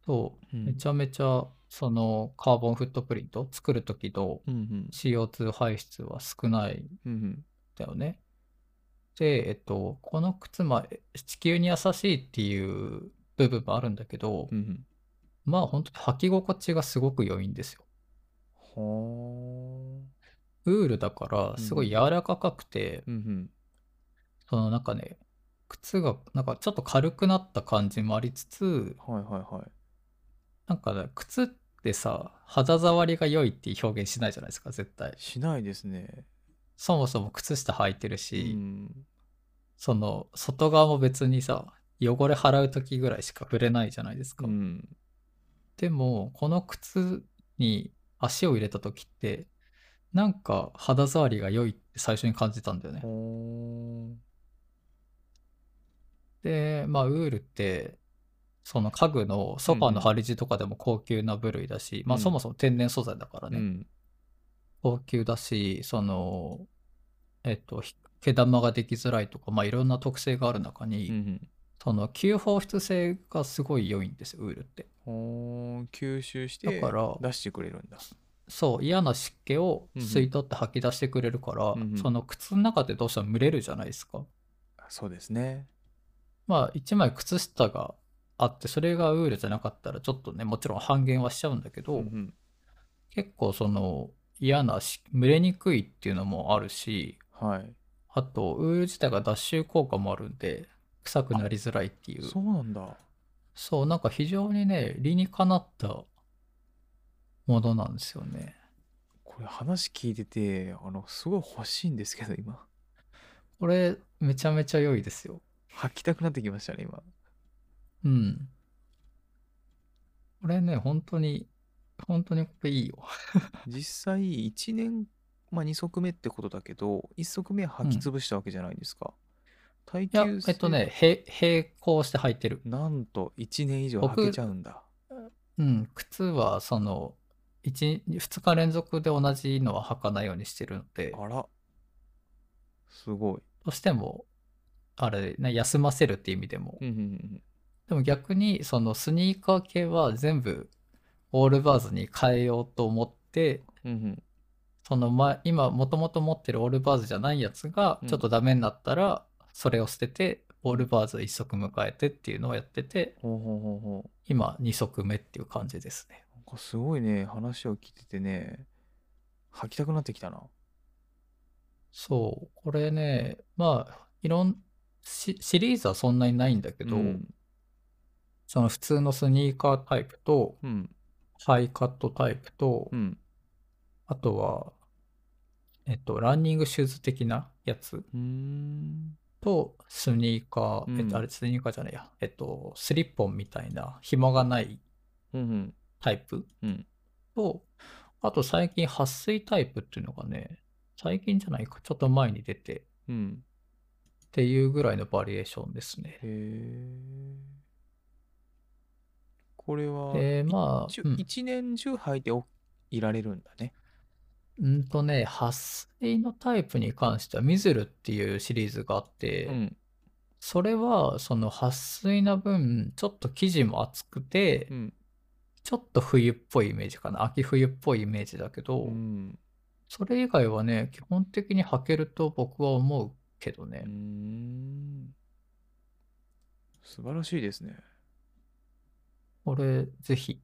S2: そう、
S1: うん
S2: めちゃめちゃ、そのカーボンフットプリント作る時の
S1: うんうん。
S2: CO2 排出は少ない
S1: うんうん。
S2: だよね。で、えっと、この靴、まあ、地球に優しいっていう部分もあるんだけど、
S1: うんうん。
S2: まあ本当に履き心地がすごく良いんですよ。
S1: ほ
S2: ウールだからすごい柔らかくて、
S1: ー。うんうん。
S2: そのなんかね、靴がなんかちょっと軽くなった感じもありつつ、
S1: はいはいはい。
S2: なんかね、靴ってさ、肌触りが良いっていう表現しないじゃないですか、絶対。
S1: しないですね。
S2: そもそも靴下履いてる
S1: う
S2: し、
S1: ん。
S2: その外側も別にさ、汚れ払う時ぐらいしか触れないじゃないですか。
S1: うん。
S2: でも、この靴に足を入れた時って、なんか肌触りが良いって最初に感じたんだよね。
S1: ほ
S2: で、まあ、ウールって、その家具のソファーの張り地とかでも高級な部類だし、まあ、
S1: うん
S2: そもそも天然素材だから
S1: ー。う
S2: ね、
S1: ん。
S2: 高級だし、その、えっと、ひ毛玉ができづらいとか、まあ、いろんな特性がある中に、
S1: うん。
S2: その吸放出性がすごい良いんですよ、ウールって。
S1: ほー。吸収して、
S2: だから、
S1: 出してくれるんだ。
S2: そう、嫌な湿気を
S1: うんうん
S2: 吸い取って吐き出してくれるから、
S1: んうん
S2: その靴の中でどうしても蒸れるじゃないですか。
S1: そうですね。
S2: まあ、一枚靴下があって、それがウールじゃなかったら、ちょっとね、もちろん半減はしちゃうんだけど、
S1: うんうん。
S2: 結構その嫌なし、蒸れにくいっていうのもあるし、
S1: はい。
S2: あと、ウール自体が脱臭効果もあるんで、臭くなりづらいっていう。
S1: そうなんだ。
S2: そう、なんか非常にね、理にかなったものなんですよね。
S1: これ話聞いてて、あの、すごい欲しいんですけど、今。
S2: これ、めちゃめちゃ良いですよ。
S1: 吐きたくなってきましたね、今。
S2: うん。これね、本当に、本当にこれいいよ。
S1: 実際、1年、まあ、2足目ってことだけど、1足目は履き潰したわけじゃないですか。耐
S2: いや
S1: 久、性
S2: えっとね、、へ並行して履いてる。
S1: なんと1年以上
S2: 僕
S1: 履けちゃうんだ。
S2: うん、靴はその、 1、2日連続で同じのは履かないようにしてるので、
S1: あら。すごい。
S2: どうしても、あれ、ね、休ませるって意味でも。
S1: うんうんうん
S2: でも逆に、そのスニーカー系は全部オールバーズに変えようと思って、
S1: うん。うんうん。
S2: その前、今もともと持ってるオールバーズじゃないやつが
S1: うん
S2: ちょっとダメになったら、それを捨てて、オールバーズ一足迎えてっていうのをやってて、
S1: ほうほうほうほう。
S2: 今二足目っていう感じですね。
S1: なんかすごいね、話を聞いててね、履きたくなってきたな。
S2: そう、これね、まあ、いろん、シ、シリーズはそんなにないんだけど、
S1: うん。
S2: その普通のスニーカータイプと、
S1: うん。
S2: ハイカットタイプと、
S1: うん。
S2: あとは、えっと、ランニングシューズ的なやつ
S1: うーん。
S2: と、スニーカー、え
S1: う
S2: っ
S1: ん
S2: と、あれ、スニーカーじゃないや、えっと、スリッポンみたいな、紐がない
S1: うんうん。
S2: タイプ
S1: うん
S2: と、あと最近、撥水タイプっていうのがね、最近じゃないか、ちょっと前に出て、
S1: うん。
S2: っていうぐらいのバリエーションですね
S1: へ。え。これは、
S2: で、まあ、
S1: 一
S2: うん
S1: 一年中履いておいられるんだね。
S2: うんとね、撥水のタイプに関しては、ミズルっていうシリーズがあって、
S1: うん。
S2: それは、その撥水な分、ちょっと生地も厚くて、
S1: うん。
S2: ちょっと冬っぽいイメージかな。秋冬っぽいイメージだけど、
S1: うん。
S2: それ以外はね、基本的に履けると僕は思うけど
S1: う
S2: ね
S1: ー。ん。素晴らしいですね。
S2: これ、ぜひっ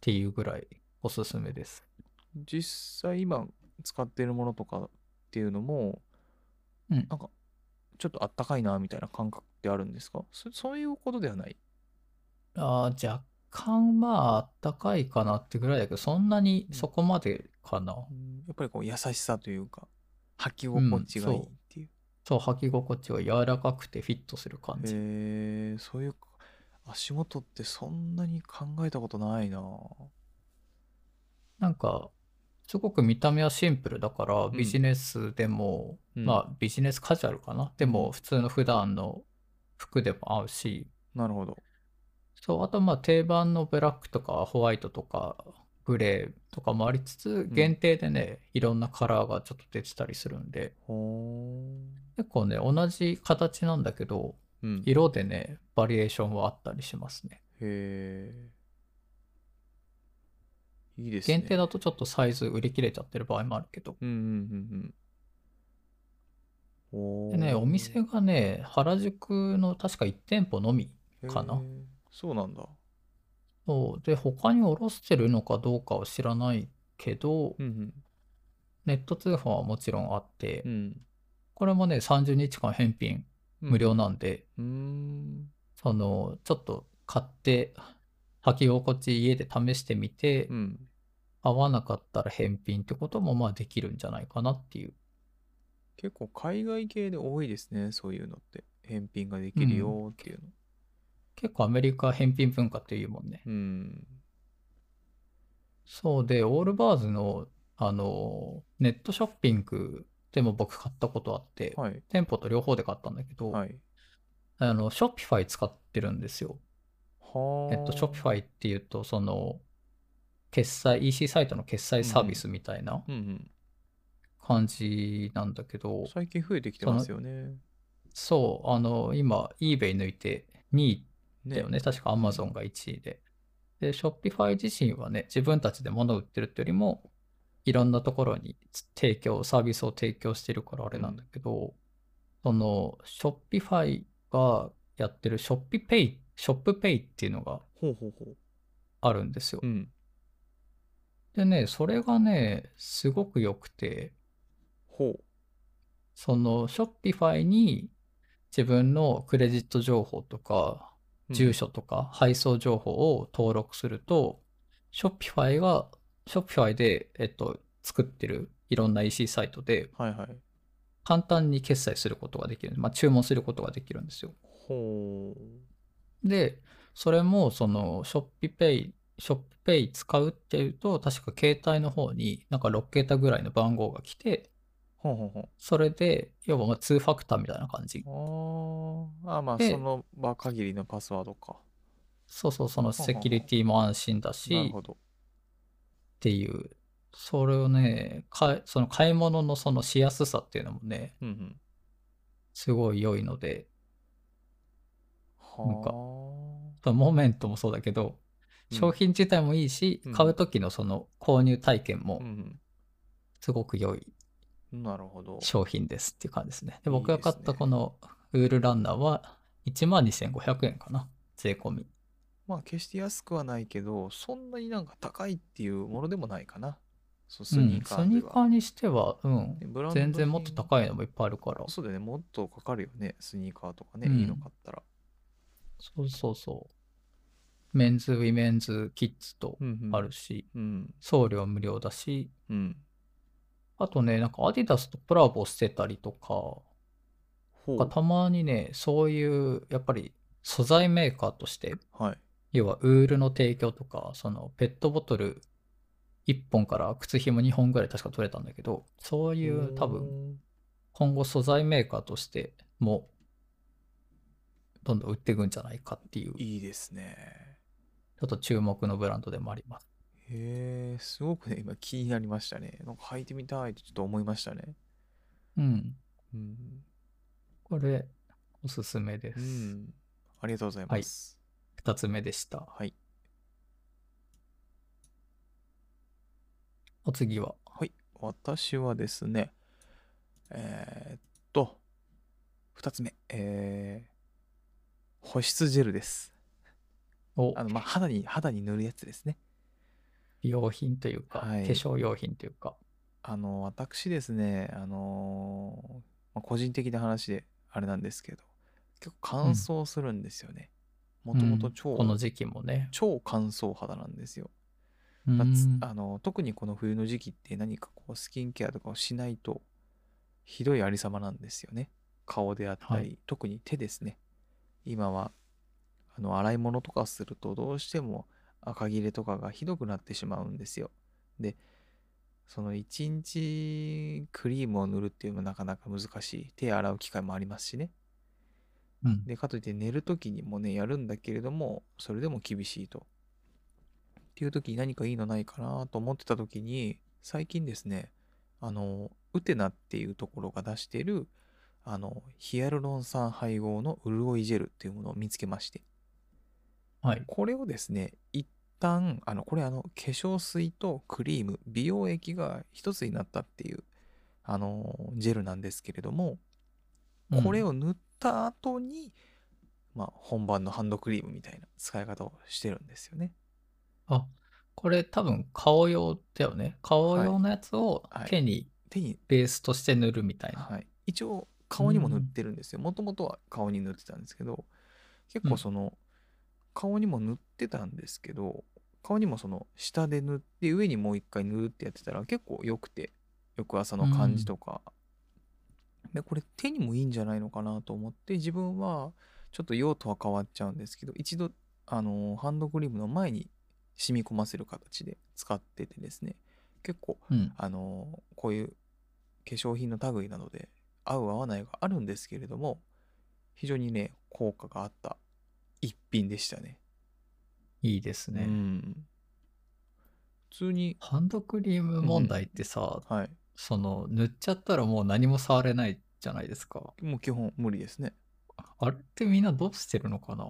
S2: ていうぐらいおすすめです。
S1: 実際今使ってるものとかっていうのも、
S2: うん
S1: なんかちょっとあったかいなみたいな感覚ってあるんですかそそういうことではない。
S2: あー若干まあ、あったかいかなってぐらいだけど、そんなに
S1: うん
S2: そこまでかな。
S1: うんやっぱりこう優しさというか、履き心地がいいっていう。
S2: そう、履き心地は柔らかくてフィットする感じ。
S1: へえ、そういうか足元ってそんなに考えたことないな。
S2: なんか、すごく見た目はシンプルだから、ビジネスでも、
S1: うん
S2: まあ、ビジネスカジュアルかな。でも、普通の普段の服でも合うし、
S1: なるほど。
S2: そう、あとまあ定番のブラックとかホワイトとかグレーとかもありつつ、限定でね、いろんなカラーがちょっと出てたりするんで、
S1: ほ
S2: 結構ね、同じ形なんだけど、
S1: ーうん。へ
S2: 色でね、バリエーションはあったりしますね。
S1: え。いいですね。
S2: 限定だとちょっとサイズ売り切れちゃってる場合もあるけど。
S1: うんうんうんうん。お
S2: でね、
S1: ー
S2: お店がね、原宿の確か1店舗のみ。かな
S1: へーそうなんだ。
S2: そうで、他に卸してるのかどうかは知らないけど
S1: う、ん
S2: ネット通販はもちろんあって
S1: う、ん。
S2: これもね、30日間返品
S1: うん。
S2: 無料なんで、
S1: うーん。
S2: その、ちょっと買って、履き心地家で試してみて
S1: う、ん。
S2: 合わなかったら返品ってこともまあできるんじゃないかなっていう。
S1: 結構海外系で多いですね、そういうのって。返品ができるよーっていうの。
S2: 結構アメリカ返品文化っていうもんね。
S1: うん。
S2: そうで、オールバーズの、あの、ネットショッピングでも僕買ったことあって、
S1: はい。
S2: 店舗と両方で買ったんだけど、
S1: はい。
S2: あの、ショッピファイ使ってるんですよ。
S1: はあ。
S2: えっと、ショッピファイっていうと、その、決済、EC サイトの決済サービスみたいな
S1: うん
S2: 感じなんだけど
S1: うん。、最近増えてきてますよね。
S2: そう、あの、今、eBay 抜いて2位だ
S1: ね
S2: よね。。確か Amazon が1位で。で、Shopify 自身はね、自分たちで物を売ってるってよりも、いろんなところに提供、サービスを提供してるからあれなんだけど、その、Shopify がやってる ShopPay、ShopPay っていうのが
S1: ほうほうほう。
S2: あるんですよ
S1: う。ん。
S2: でね、それがね、すごく良くて、
S1: ほ
S2: その Shopify に自分のクレジット情報とか、
S1: う。
S2: 住所とか配送情報を登録すると、Shopify が、Shopify で、えっと、作ってるいろんな EC サイトで
S1: うん。はいはい。
S2: 簡単に決済することができる。まあ、注文することができるんですよ。
S1: ほ
S2: で、それもその ShopPay、ShopPay 使うっていうと、確か携帯の方になんか6桁ぐらいの番号が来て、
S1: う。ほうほうほ
S2: それで、要はまあ2ファクターみたいな感じ。
S1: う。あーあ、まあ、
S2: で
S1: その場限りのパスワードか。
S2: そうそう、そのセキュリティも安心だ
S1: なる
S2: し、
S1: ほど。
S2: っていう、それをね、かいその買い物のそのしやすさっていうのもね、
S1: うんうん。
S2: すごい良いので、なんか
S1: は
S2: あとモメントもそうだけど、
S1: うん
S2: 商品自体もいいし、
S1: うん
S2: 買う時のその購入体験
S1: あ。
S2: も
S1: うん
S2: すごく良い
S1: うん。なるほど。
S2: 商品ですっていう感じですね。
S1: いい
S2: で、僕が買っ
S1: です
S2: た
S1: ね
S2: このウールランナーは12,500円かな、税込み。
S1: まあ決して安くはないけど、そんなになんか高いっていうものでもないかな。そうスニーカ
S2: う
S1: ー
S2: ん、ス
S1: で
S2: ニーカ
S1: は。
S2: ーにしては、うん、
S1: でブランド
S2: 全然もっと
S1: 品
S2: 高いのもいっぱいあるから。
S1: そうだよね、もっとかかるよね、スニーカーとかね、
S2: うん
S1: いいの買ったら。
S2: そうそうそう。メンズ、ウィメンズ、キッズと
S1: うんうん
S2: あるし、
S1: うん。
S2: 送料無料だし、
S1: うん。
S2: あとね、なんかアディダスとコラボしてたりとか、
S1: ほ
S2: なんかたまにね、そういう、やっぱり素材メーカーとして、
S1: う。はい。
S2: 要はウールの提供とか、そのペットボトル1本から靴ひも2本ぐらい確か取れたんだけど、そういう多分
S1: 分。
S2: 今後素材メーカーとしても、どんどん売っていくんじゃないかっていう、ち
S1: いいですね。
S2: ょっと注目のブランドでもあります。
S1: へえ、すごくね、今気になりましたね。なんか履いてみたいってちょっと思いましたね。
S2: うん。
S1: うん。
S2: これ、おすすめで
S1: う
S2: す。
S1: ん。ありがとうございます。
S2: 2つ目でした。
S1: はい。
S2: お次は。
S1: はい。私はですね、えーっと、二つ目。えー、保湿ジェルです。
S2: お
S1: あの、まあ、肌に、肌に塗るやつですね。
S2: 美容品というか、
S1: はい
S2: 化粧用品というか。
S1: あの私ですねあのーまあ個人的な話であれなんですけど結構乾燥するんですよねもともと
S2: うん
S1: 超、
S2: この時期もね。
S1: 超乾燥肌なんですよ、
S2: うん
S1: 夏あの特にこの冬の時期って何かこうスキンケアとかをしないとひどいありさまなんですよね顔であったり、
S2: はい
S1: 特に手ですね今はあの洗い物とかするとどうしても赤切れとかがひどくなってしまうんですよでその1日クリームを塗るっていうのもなかなか難しい手洗う機会もありますしね
S2: うん
S1: でかといって寝る時にもねやるんだけれどもそれでも厳しいと。っていう時に何かいいのないかなと思ってた時に最近ですねあのウテナっていうところが出してるあのヒアルロン酸配合の潤いジェルっていうものを見つけまして
S2: はい。
S1: これをですね一旦あのこれあの化粧水とクリーム美容液が一つになったっていうあのジェルなんですけれども、
S2: うん
S1: これを塗った後に、まあ、本番のハンドクリームみたいな使い方をしてるんですよね。
S2: あ、これ多分顔用だよね。顔用のやつを
S1: はい
S2: 手に
S1: 手に、
S2: ベースとして塗るみたいな。
S1: はい、一応顔にも塗ってるんですよ。もともとは顔に塗ってたんですけど、結構その、顔にも塗ってたんですけど、顔にもその下で塗って上にもう一回塗るってやってたら結構良くて、翌朝の感じとか、でこれ手にもいいんじゃないのかなと思って自分はちょっと用途は変わっちゃうんですけど一度あのーハンドクリームの前に染み込ませる形で使っててですね結構
S2: うん。
S1: あのーこういう化粧品の類なので合う合わないがあるんですけれども非常にね効果があった一品でしたね
S2: いいですね。
S1: うん普通に
S2: ハンドクリーム問題ってさ、
S1: はい
S2: その塗っちゃったらもう何も触れないじゃないですか。
S1: もう基本無理ですね
S2: あれってみんなどうしてるのかな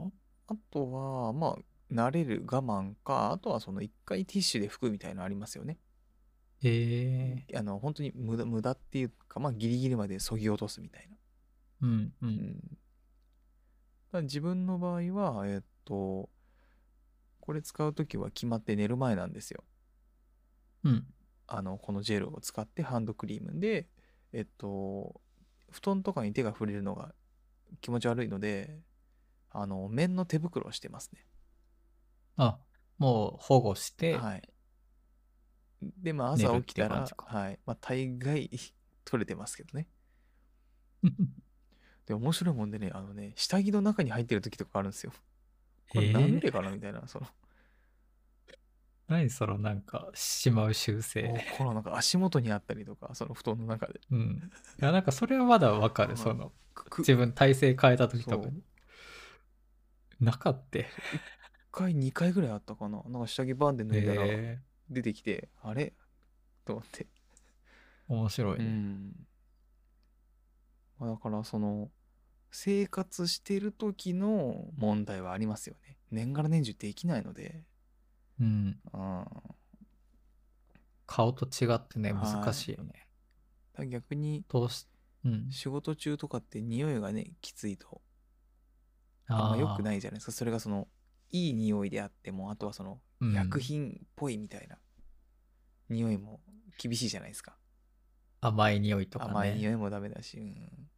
S1: あとは、まあ、慣れる我慢か、あとはその一回ティッシュで拭くみたいなのありますよね。
S2: ええ
S1: あの、本当に無駄無駄っていうか、まあ、ギリギリまで削ぎ落とすみたいな。
S2: うん
S1: う
S2: う。
S1: んん。だから自分の場合は、えーっと、これ使うときは決まって寝る前なんですよ。
S2: うん。
S1: あの、このジェルを使ってハンドクリームで、えっと、布団とかに手が触れるのが気持ち悪いので、あの、綿の手袋をしてますね。
S2: あ、もう保護して、
S1: はい。で、まあ、
S2: 寝
S1: 朝
S2: る
S1: 起きた
S2: って
S1: ら
S2: いう感じ、か
S1: はい。まあ、大概 *laughs* 取れてますけどね。
S2: *laughs*
S1: で、面白いもんでね、あのね、下着の中に入ってる時とかあるんですよ。これ
S2: えー
S1: なんでかなみたいな、その、
S2: 何そのなんかしまう習性。
S1: このなんか足元にあったりとか、その布団の中で。
S2: うん。いや、なんかそれはまだわ
S1: う
S2: か
S1: ん
S2: る。その、
S1: くく
S2: 自分体勢変えた時とか
S1: そう
S2: に。なかった。
S1: 一回、二回ぐらいあったかな。なんか下着バンで脱いだら、
S2: え
S1: 出てきて、あれと思って。
S2: 面白い、
S1: う
S2: ね
S1: ん。まあだから、その、生活してる時の問題はありますよね。年がら年中できないので。
S2: うん。
S1: うん。
S2: 顔と違ってね、
S1: はい
S2: 難しいよね。
S1: だから逆に、
S2: どうし、うん。
S1: 仕事中とかって匂いがね、きついと、あん
S2: あ。
S1: ま良くないいじゃないですか。それがその、いい匂いであっても、あとはその、
S2: うん
S1: 薬品っぽいみたいな匂いも厳しいじゃないですか。
S2: 甘い匂いとかね。
S1: 甘い匂いもダメだし、うん、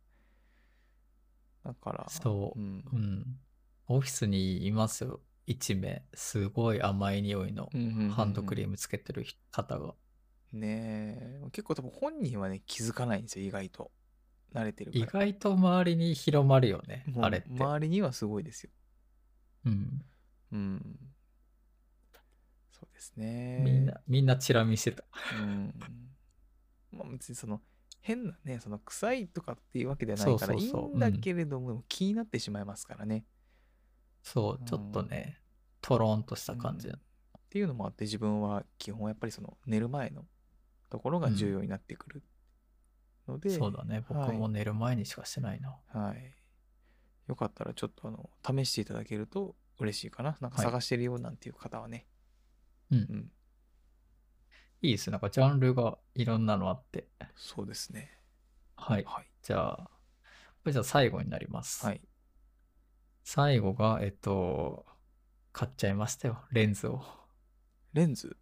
S1: だから
S2: そう
S1: うん
S2: うん。オフィスにいますよ。一名。すごい甘い匂いの
S1: うんうんうんうん
S2: ハンドクリームつけてる人方が。
S1: ねえ結構多分本人はね気づかないんですよ意外と慣れてるから
S2: 意外と周りに広まるよね。
S1: もう
S2: あれって。
S1: 周りにはすごいですよ
S2: うん。
S1: うんそうですね
S2: みんな、みんなチラ見してた。
S1: うんまあ別にその変なねその臭いとかっていうわけではないから
S2: そう
S1: い
S2: そう
S1: い
S2: そうん
S1: だけれども、でも気になってしまいますからね
S2: そうう、
S1: ん
S2: ちょっとね、トローンとした感じ
S1: うん。っていうのもあって自分は基本やっぱりその寝る前のところが重要になってくるので、
S2: そうだね。僕も
S1: はい
S2: 寝る前にしかしてないな。
S1: はいよかったらちょっとあの試していただけると嬉しいかななんか
S2: はい
S1: 探してるよなんていう方はね、
S2: うん
S1: うん
S2: いいですね。なんかジャンルがいろんなのあって。
S1: そうですね
S2: はい。
S1: はい
S2: じゃあ、これじゃあ最後になります。
S1: はい
S2: 最後が、えっと、買っちゃいましたよ。レンズを。
S1: レンズ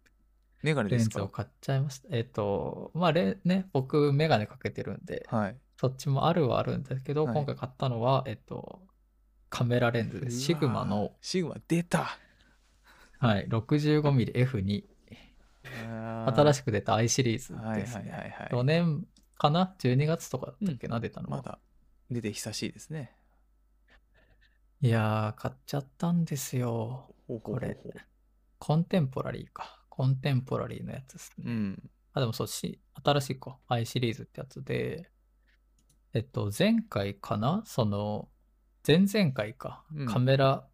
S1: メガネ
S2: レ
S1: で
S2: ン
S1: す
S2: ズを
S1: か
S2: 買っちゃいました。えっと、まあレ、ね、僕、メガネかけてるんで、
S1: はい
S2: そっちもあるはあるんですけど、
S1: はい
S2: 今回買ったのは、えっと、カメラレンズです。シグマ
S1: う
S2: の
S1: わ、シグマ出た
S2: はい、65mmF2、新
S1: 新
S2: しく出た i シリーズ
S1: はい
S2: です
S1: はい
S2: ね。
S1: はいはい
S2: 4年かな ?12 月とかだっけな、出たのは
S1: まだ出て久しいですね
S2: いやー、買っちゃったんですよ。
S1: ほうほうほうほう
S2: これコンテンポラリーか。コンテンポラリーのやつですね。
S1: うん
S2: あ、でもそうし、新しいか。i シリーズってやつで、えっと、前回かなその、前々回か
S1: うん。
S2: カメラ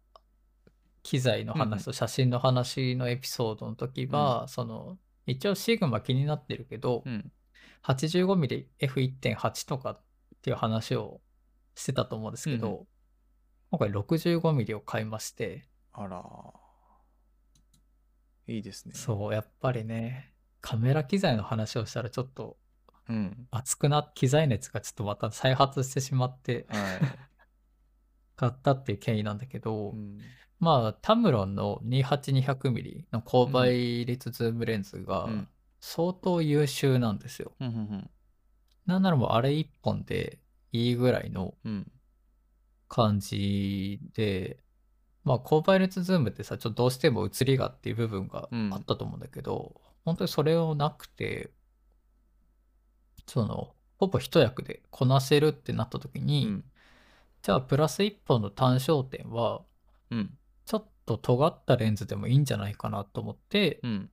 S2: 機材の
S1: うんうん
S2: 話と写真の話のエピソードの時は、その、一応シグマ気になってるけど、
S1: うん
S2: 85mmF1.8 とかっていう話をしてたと思うんですけ
S1: うん
S2: ど、今回 65mm を買いまして、
S1: あらいいですね
S2: そう、やっぱりね、カメラ機材の話をしたらちょっと
S1: うん
S2: 熱くな、機材熱がちょっとまた再発してしまって
S1: はい
S2: 買ったっていう経緯なんだけど、
S1: うん
S2: まあ、タムロンの 28200mm の高倍率ズームレンズが
S1: うん
S2: 相当優秀なんですよ。
S1: うんうん
S2: なんならもうあれ1本でいいぐらいの
S1: うんうん
S2: 感じで、まあ、コーパイレットズームってさ、ちょっとどうしても映りがっていう部分が
S1: うん
S2: あったと思うんだけど、本当にそれをなくて、その、ほぼ一役でこなせるってなった時に、
S1: うん
S2: じゃあプラス一本の単焦点は、
S1: うん
S2: ちょっと尖ったレンズでもいいんじゃないかなと思って、
S1: うん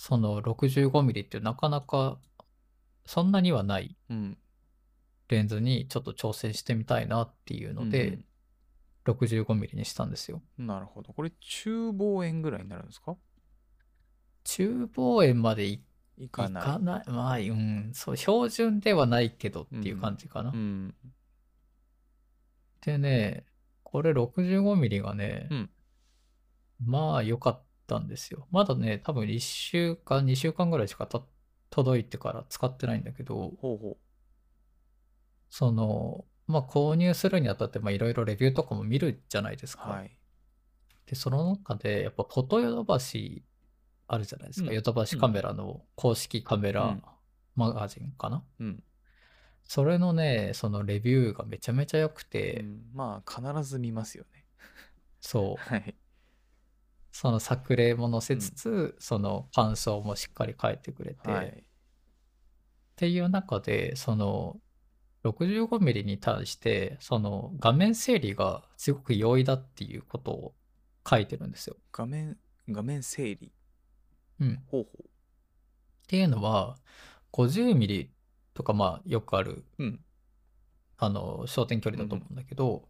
S2: その 65mm っていうなかなかそんなにはない
S1: うん
S2: レンズにちょっと挑戦してみたいなっていうので、65mm にしたんですよ。
S1: うんなるほどこれ中望遠ぐらいになるんですか
S2: 中望遠までい
S1: い
S2: か
S1: か
S2: な
S1: ないい
S2: まあ、うん、そう、標準ではないけどっていう感じかな。
S1: うん
S2: でね、これ 65mm がね、
S1: うん
S2: まあ良かったんですよ。まだね、多分1週間、2週間ぐらいしかた届いてから使ってないんだけど、
S1: ほうほ
S2: その、まあ購入するにあたって、まあいろいろレビューとかも見るじゃないです
S1: う
S2: か。
S1: はい
S2: で、その中で、やっぱフォトヨドバシあるじゃないですか。
S1: うん
S2: ヨドバシカメラの公式カメ
S1: う
S2: ラ
S1: ん
S2: マガジンかな。
S1: うん
S2: それのね、そのレビューがめちゃめちゃ良くて、
S1: うんまあ必ず見ますよね
S2: そう、
S1: はい
S2: その作例も載せつつ、その感想もしっかり書いてくれて、
S1: は
S2: っ
S1: い
S2: ていう中で、その 65mm に対して、その画面整理がすごく容易だっていうことを書いてるんですよ。
S1: 画面画面整理
S2: うん。っ
S1: 方法
S2: ていうのは、50mm とかまあよくある、
S1: うん
S2: あの、焦点距離だと思うんだけど、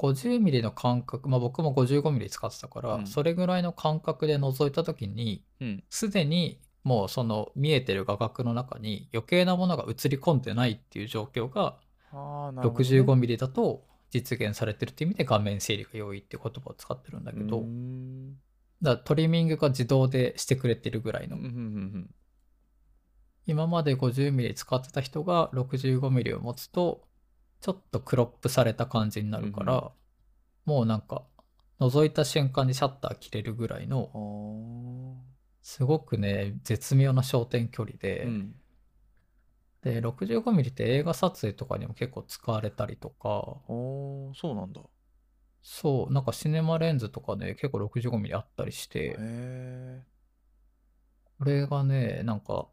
S2: 50ミリの間隔、まあ、僕も55ミリ使ってたから、
S1: うん
S2: それぐらいの間隔で覗いた時に
S1: うん。
S2: すでにもうその見えてる画角の中に余計なものが映り込んでないっていう状況が
S1: ああ、なるほど、ね。
S2: 65ミリだと実現されてるっていう意味で画面整理が容易って言葉を使ってるんだけど、
S1: うーん
S2: だからトリミングが自動でしてくれてるぐらい
S1: うんう
S2: の、
S1: んうん
S2: 今まで50ミリ使ってた人が65ミリを持つとちょっとクロップされた感じになるから、
S1: うん
S2: もうなんか覗いた瞬間にシャッター切れるぐらいの
S1: うん。あ
S2: すごくね絶妙な焦点距離
S1: あ。
S2: で、
S1: うん。
S2: で 65mm って映画撮影とかにも結構使われたりとか
S1: おーそうなんだ。
S2: そうなんかシネマレンズとかね結構 65mm あったりし
S1: へ
S2: て
S1: え。
S2: これがねなんか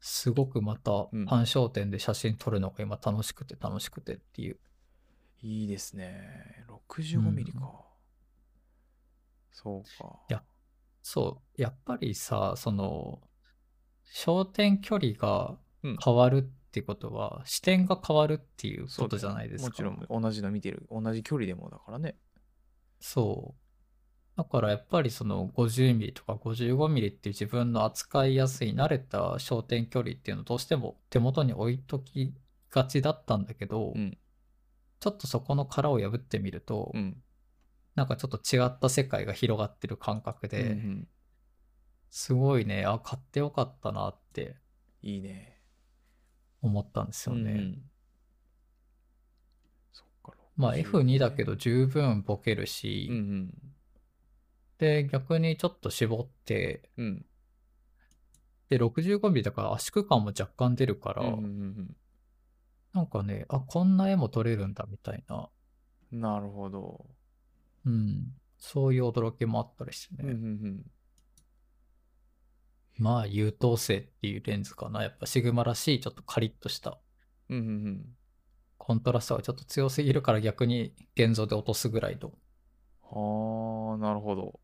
S2: すごくまた
S1: うん
S2: 反焦点で写真撮るのが今楽しくて楽しくてっていう、
S1: いいですね。65ミリか。
S2: うん
S1: そうか。
S2: いやそうやっぱりさその焦点距離が
S1: うん
S2: 変わるってことは、視点が変わるっていう
S1: そ
S2: こ
S1: うだ
S2: と
S1: よ
S2: じゃないですか
S1: もちろん同じの見てる同じ距離でもだからね。
S2: そう。だからやっぱりその50ミリとか55ミリっていう自分の扱いやすい慣れた焦点距離っていうのをどうしても手元に置いときがちだったんだけど、
S1: うん
S2: ちょっとそこの殻を破ってみると、
S1: うん。
S2: なんかちょっと違った世界が広がってる感覚
S1: うんう
S2: で、
S1: ん
S2: すごいね、あ、買ってよかったなって
S1: いいね。
S2: 思ったんですよね。
S1: うんうんそっか。
S2: まあ
S1: 60
S2: F2 だけど
S1: ね
S2: 十分ボケるし、
S1: うんうん
S2: で逆にちょっと絞って、
S1: うん。
S2: で65ミリだから圧縮感も若干出るから、
S1: うんうんうん
S2: なんかね、あ、こんな絵も撮れるんだみたいな、
S1: うんなるほど。
S2: うん、そういう驚きもあったりして
S1: うんう
S2: ね。
S1: んうん
S2: まあ、優等生っていうレンズかな。やっぱシグマらしい、ちょっとカリッとした。
S1: うんうんうん。
S2: コントラストがちょっと強すぎるから逆に現像で落とすぐらいの、
S1: はあ、なるほど。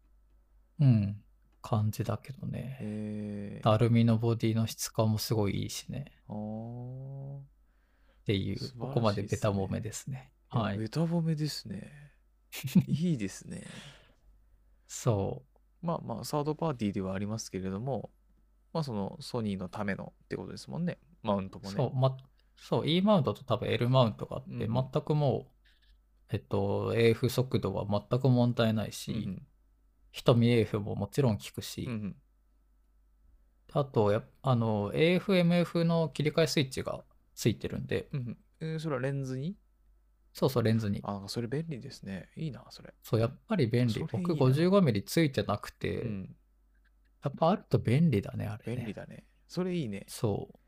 S2: うん、感じだけどね。
S1: へえ。
S2: アルミのボディの質感もすごいいいしね。
S1: あー
S2: ってい
S1: 素晴らし
S2: う、
S1: い
S2: ここまでベタ褒めですね。は
S1: や
S2: いい。
S1: ベタ褒めですね。
S2: *laughs*
S1: いいですね。
S2: そ
S1: まあまあ、サードパーティーではありますけれども、まあそのソニーのためのってことですもんね。マウント
S2: う、
S1: もね。
S2: そう、ま、そう、E マウントと多分 L マウントがあって、
S1: うん
S2: 全くもう、えっと、AF 速度は全く問題ないし、
S1: うんうん
S2: 瞳 AF ももちろん効くし、
S1: うんうん
S2: あとやっあの AFMF の切り替えスイッチがついてるんで
S1: うんうんえーそれはレンズに
S2: そうそうレンズに
S1: あ、なんかそれ便利ですね。いいな、それ。
S2: そうやっぱり便利
S1: それいいな
S2: 僕 55mm ついてなくて、
S1: うん。
S2: やっぱあると便利だねあれね
S1: 便利だね。それいいね。
S2: そ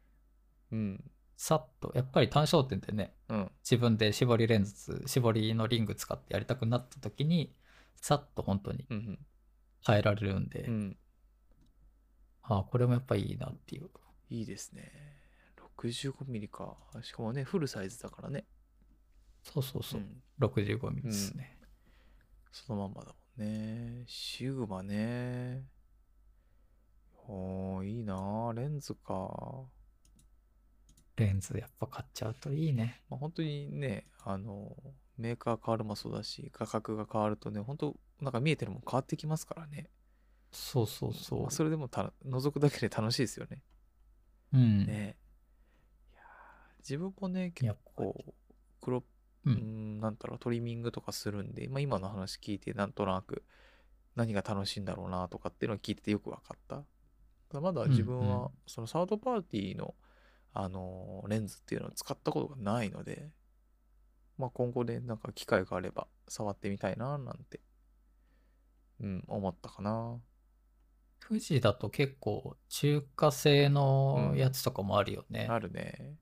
S2: う
S1: うん。
S2: さっとやっぱり単焦点でね
S1: うん。
S2: 自分で絞りレンズ絞りのリング使ってやりたくなった時にさっと本当に
S1: うん
S2: 変えられるんで、
S1: うん。うん。
S2: ああこれもやっぱいいなっていう
S1: いいですね。65ミリか。しかもね、フルサイズだからね。
S2: そうそうそうう、
S1: ん
S2: 65mm ですね、
S1: そのまんまだもんね。シグマね。おー、いいなレンズか。
S2: レンズやっぱ買っちゃうといいね
S1: まあ、本当にね、あの、メーカー変わるもそうだし、価格が変わるとね、本当なんか見えてるもん変わってきますからね。
S2: そうそうそ
S1: まあ
S2: う。
S1: それでもた覗くだけで楽しいですよね。
S2: うん。
S1: ね。いやー自分もね、
S2: や
S1: 結
S2: っぱり
S1: 構、クロップ
S2: う。
S1: うんん、なんだろう、トリミングとかするんで、まあ、今の話聞いて、なんとなく何が楽しいんだろうなとかっていうのを聞いててよく分かった。ただまだ自分
S2: うんうん
S1: は、そのサードパーティーの、あのーレンズっていうのを使ったことがないので、まあ、今後で、なんか機会があれば触ってみたいな、なんて、うん、思ったかな。
S2: 富士だと結構中華製の
S1: うん
S2: やつとかもあるよね。
S1: あるね。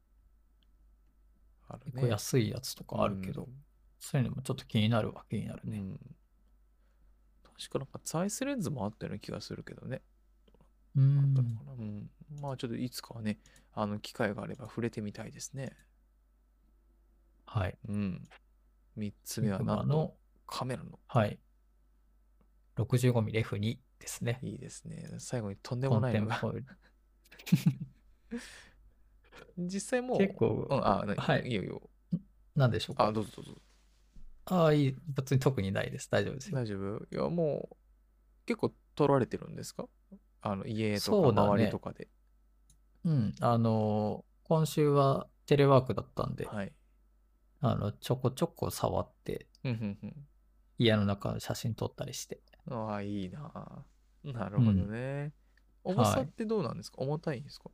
S1: あるね。
S2: 結構安いやつとかあるけど、
S1: うん
S2: そういうのもちょっと気になるわ気になる
S1: う
S2: ね。
S1: ん。確かなんかザイスレンズもあったような気がするけどね。あった
S2: う
S1: の
S2: ん
S1: か。な。うん。まあちょっといつかはね、あの機会があれば触れてみたいですね。
S2: はい。
S1: うん。三つ目は
S2: マ
S1: なんと
S2: の、
S1: カメラの。
S2: はい。65mmF2 ですね。
S1: いいですね。最後にとんで
S2: コ
S1: も
S2: ン
S1: ない
S2: テ
S1: の
S2: ン
S1: が。
S2: ポイル。
S1: 実際もう。
S2: 結構
S1: うん、あ、な
S2: はい
S1: いよいよ。
S2: なんでしょうか。
S1: あ、どうぞどうぞ。
S2: ああ、いい。別に特にないです。大丈夫ですよ。
S1: 大丈夫いやもう結構取られてるんですかあの家
S2: そ
S1: と
S2: う
S1: か
S2: だね
S1: 周りとかで、
S2: うん。あのー、今週はテレワークだったんで、
S1: はい
S2: あの、ちょこちょこ触って、
S1: うんうん
S2: 家の中の写真撮ったりし
S1: う
S2: て。
S1: んああいいななるほどね、
S2: ん
S1: 重さってどうなんですか、重たいんですか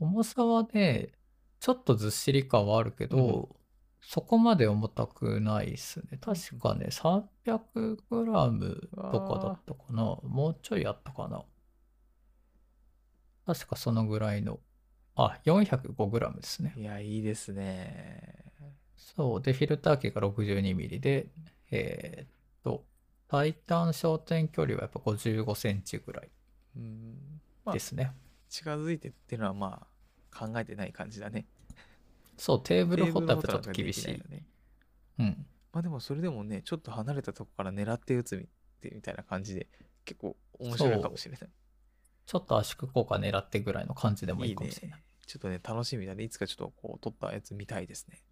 S2: 重さはね、ちょっとずっしり感はあるけど、そこまで重たくないですね。確かね、300g とかだったかな。もうちょいあったかな。確かそのぐらいの。あ、405g ですね。
S1: いやいいですね
S2: そう。で、フィルター径が 62mm で、えーっと、最短焦点距離はやっぱ55センチぐらい
S1: うんまあ
S2: ですね。
S1: 近づいてっていうのはまあ考えてない感じだね
S2: そう、テーブル
S1: テーブ
S2: ホ
S1: ル
S2: タル
S1: ホ
S2: プ
S1: タ
S2: ちょ
S1: ル
S2: っ
S1: と
S2: と
S1: か
S2: 厳
S1: で
S2: し
S1: き
S2: い。
S1: ないよね
S2: うん。
S1: まあでもそれでもねちょっと離れたとこから狙って打つみってみたいな感じで結構面白いかもしれない
S2: ちょっと圧縮効果狙ってぐらいの感じでも
S1: い
S2: いい
S1: い
S2: かも
S1: ね
S2: しれない。
S1: ちょっとね楽しみだねいつかちょっとこう撮ったやつ見たいですね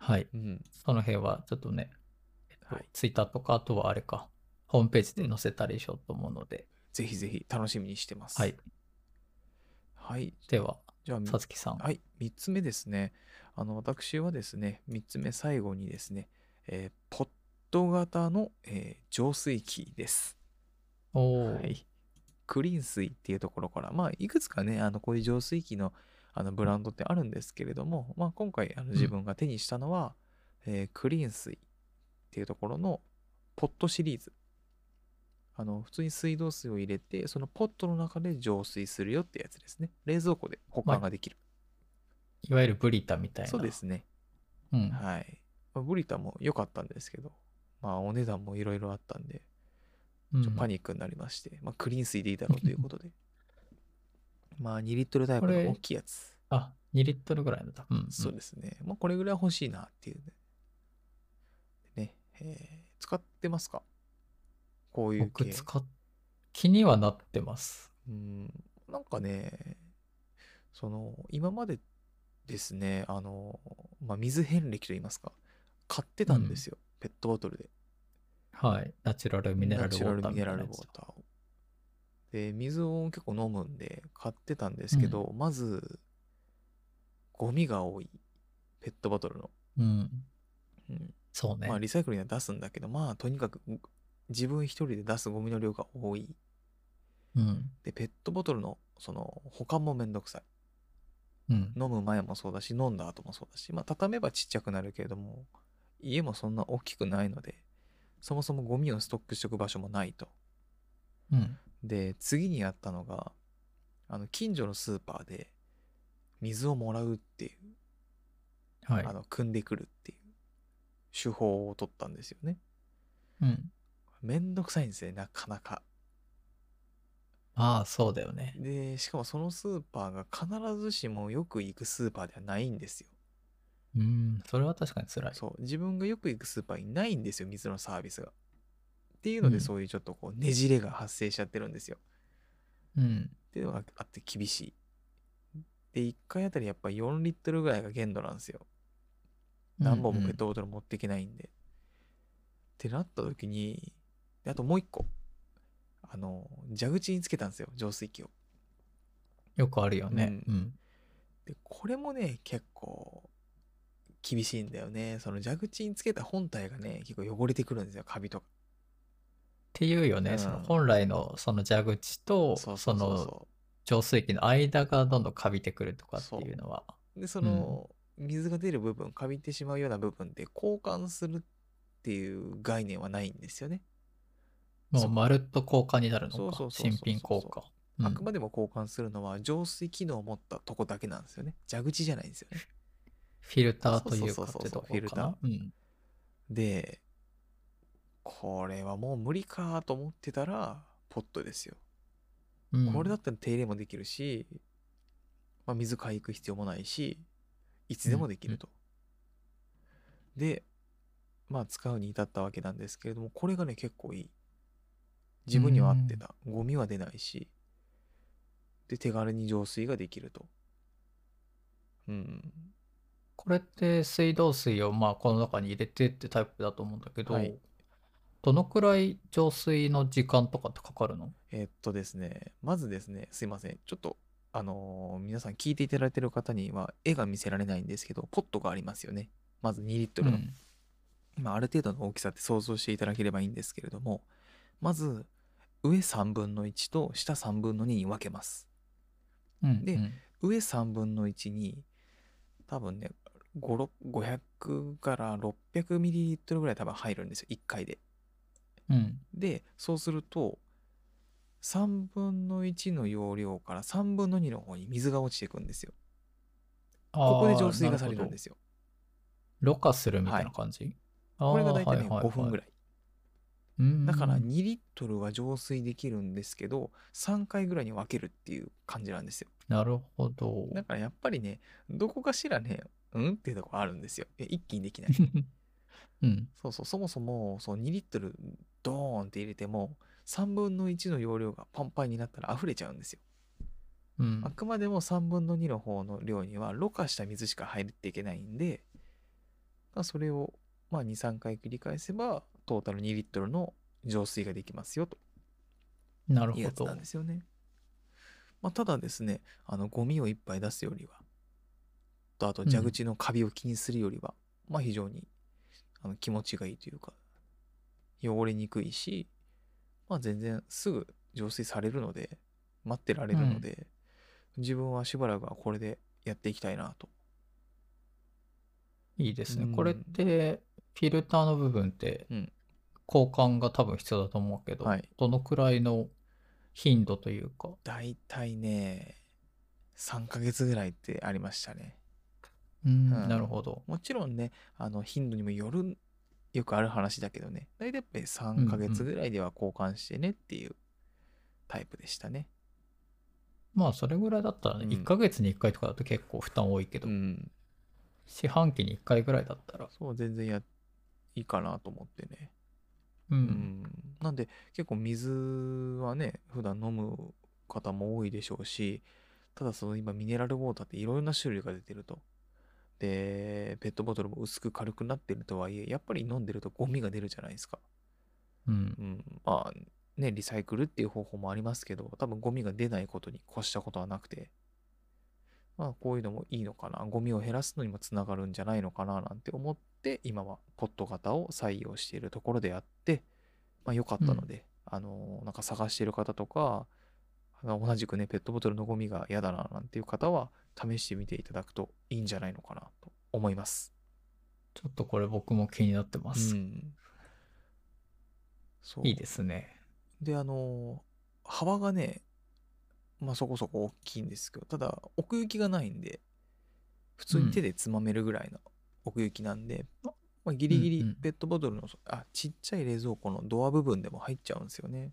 S2: はい。
S1: うん
S2: その辺はちょっとね、えっと
S1: はい
S2: ツイッターとか、あとはあれか、ホームページで載せたりしようと思うので、
S1: ぜひぜひ楽しみにしてます
S2: はい。
S1: はい
S2: では、
S1: じゃあみ
S2: さつきさん。
S1: はい3つ目ですねあの私はですね3つ目最後にですね、えーポット型の、えー浄水器です
S2: おー
S1: はい、クリーン水っていうところから、まあ、いくつかね、あのこういう浄水器のあのブランドってあるんですけれども、まあ、今回あの自分が手にしたのは、えークリーン水っていうところのポットシリーズ。あの普通に水道水を入れて、そのポットの中で浄水するよってやつですね。冷蔵庫で保管ができる。
S2: いわゆるブリタみたいな。
S1: そうで。すね。
S2: うん。
S1: はい。まあ、ブリタも良かったんですけど、まあお値段もいろいろあったんで、
S2: うん
S1: ちょっとパニックになりまして、まあ、クリーン水でいいだろうということ
S2: *laughs*
S1: で。まあ、2リットルタイプ
S2: これ
S1: の大きいやつ。
S2: あ、2リットルぐらいのだ。うん、
S1: そう
S2: で
S1: ですね。まあ、これぐらい欲しいなっていうね。ね、えー使ってますかこういう
S2: 僕
S1: 系。
S2: 使っ、気にはなってます。
S1: うん、なんかね、その、今までですね、あの、まあ、水遍歴といいますか、買ってたんですよ。ペットボトルで。
S2: はい。ナチュラルミネラルウォ
S1: ナチュラ
S2: ー
S1: ル
S2: ター
S1: ミ
S2: み
S1: ネ
S2: たい
S1: ラ
S2: な
S1: ル
S2: や
S1: ウォ
S2: つ
S1: ーターを。で、水を結構飲むんで買ってたんですけど、まず、ゴミが多い。ペットボトルの。
S2: うん。
S1: うん
S2: そうね。
S1: まあ、リサイクルには出すんだけど、まあ、とにかく自分一人で出すゴミの量が多い。
S2: うん。
S1: で、ペットボトルの、その、保管もめんどくさい。
S2: うん。
S1: 飲む前もそうだし、飲んだ後もそうだし、まあ、畳めばちっちゃくなるけれども、家もそんな大きくないので、そもそもゴミをストックしておく場所もないと。
S2: うん。
S1: で次にやったのがあの近所のスーパーで水をもらうっていう、
S2: はい
S1: あ。の汲んでくるっていう手法を取ったんですよね
S2: うん。
S1: めんどくさいんですよなかなか
S2: ああ、そうだよね。
S1: でしかもそのスーパーが必ずしもよく行くスーパーではないんですよ、
S2: うん。それは確かに辛い。
S1: そう自分がよく行くスーパーにないんですよ水のサービスがっていうので、
S2: うん
S1: そういうちょっとこうねじれが発生しちゃってるんですよ
S2: うん。
S1: っていうのがあって厳しいで1回あたりやっぱ4リットルぐらいが限度なんですよ何本もペットボトル持っていけないんで。ってなった時に、であともう一個。あの、蛇口につけたんですよ、浄水器を。
S2: よくあるよね。
S1: う
S2: うん。
S1: で、これもね、結構、厳しいんだよね。その蛇口につけた本体がね、結構汚れてくるんですよ、カビとか。
S2: っていうよ
S1: う
S2: ね、
S1: ん
S2: その本来のその蛇口と
S1: そうそ
S2: そ
S1: うそう
S2: の
S1: そ
S2: 浄水器の間がどんどんカビてくるとかっていうのは、
S1: う。で、その、水が出る部分、カビてしまうような部分で交換するっていう概念はないんですよね。
S2: も
S1: そうう
S2: まるっと交換になる
S1: そ
S2: の
S1: うそ
S2: か、
S1: うそうそう
S2: 新品交換。うん
S1: あくまでも交換するのは浄水機能を持ったとこだけなんですよね。蛇口じゃないんですよね。
S2: フィルターという
S1: そ
S2: か
S1: う
S2: っ
S1: そうそう
S2: て
S1: そう
S2: ところかな。うん
S1: で、これはもう無理かと思ってたら、ポットですよ。
S2: うん
S1: これだったら手入れもできるし、まあ、水買い行く必要もないし、いつでもできると。で、まあ使うに至ったわけなんですけれども、これがね、結構いい。自分には合ってた。ゴミは出ないし、で、手軽に浄水ができると。うん。
S2: これって水道水をまあこの中に入れてってタイプだと思うんだけど、
S1: はい
S2: どのくらい浄水の時間とかってかかるの
S1: えーっとですね、まずですね、すいません。ちょっと、あのー皆さん聞いていただいてる方には絵が見せられないんですけど、ポットがありますよね。まず2リットルの。
S2: ん。
S1: 今、ある程度の大きさって想像していただければいいんですけれども、まず、上3分の1と下3分の2に分けます。
S2: うん、
S1: で
S2: うん
S1: 上3分の1に、多分ね、5 6 500から600ミリリットルぐらい多分入るんですよ、1回で。
S2: うん。。
S1: でそうすると3分の1の容量から3分の2の方に水が落ちていくんですよ。ここで浄水がされるんですすよ。
S2: ろ過するみたいな感じ、
S1: これが大体ね
S2: あーはいはいはい
S1: 5分ぐらい。
S2: うん
S1: だから2リットルは浄水できるんですけど3回ぐらいに分けるっていう感じなんですよ。
S2: なるほど。
S1: だからやっぱりねどこかしらねうんっていうとこあるんですよ。いや一気にで
S2: *laughs*
S1: きない。
S2: うん。
S1: そうそうそもそもそう2リットルドーンって入れても3分の1の容量がパンパンになったら溢れちゃうんですよ。
S2: うん
S1: あ。くまでも3分の2の方の量には、ろ過した水しか入っていけないんで、まあ、それを、まあ、2、3回繰り返せば、トータル2リットルの浄水ができますよ、と
S2: なる
S1: いうや
S2: ほ
S1: つな
S2: ど
S1: んで。すよね。まあ、ただですね、あの、ゴミをいっぱい出すよりは、とあと、
S2: うん
S1: 蛇口のカビを気にするよりは、まあ、非常に、あの、気持ちがいいというか、汚れにくいし、まあ、全然すぐ浄水されるので、待ってられるので、自分はしばらくはこれでやっていきたいなと。
S2: いいですね。
S1: うん
S2: これって、フィルターの部分って
S1: うん、
S2: 交換が多分必要だと思うけど、
S1: はい
S2: どのくらいの頻度というか、
S1: だいたいね、3ヶ月ぐらいってありましたね。
S2: うん
S1: うん
S2: なるほど。
S1: もちろんね、あの頻度にもよる、よくある話だけどね、大体やっぱり3ヶ月ぐらいでは交換してねっていうタイプでしたね。
S2: まあ、それぐらいだったらね、
S1: うん
S2: 1ヶ月に1回とかだと結構負担多いけど、
S1: うん。
S2: 四半期に1回ぐらいだったら、
S1: そう、全然や、いいかなと思ってね。
S2: う、
S1: うんん。なんで、結構水はね、普段飲む方も多いでしょうし、ただその今ミネラルウォーターっていろいろな種類が出てると。で、ペットボトルも薄く軽くなってるとはいえ、やっぱり飲んでるとゴミが出るじゃないですか。
S2: うん
S1: う、ん、まあねリサイクルっていう方法もありますけど多分ゴミが出ないことに越したことはなくてまあこういうのもいいのかなゴミを減らすのにもつながるんじゃないのかななんて思って今はポット型を採用しているところであってまあ良かったので、あのなんか探している方とかあの同じくねペットボトルのゴミが嫌だななんていう方は試してみていただくといいんじゃないのかなと思います。
S2: ちょっとこれ僕も気になってます。
S1: ん、そう
S2: いいですね。
S1: であの幅がねまあそこそこ大きいんですけどただ奥行きがないんで普通に手でつまめるぐらいの奥行きなんで、ままあ、ギリギ
S2: うんう
S1: リ
S2: ん
S1: ペットボトルの、あちっちゃい冷蔵庫のドア部分でも入っちゃうんですよね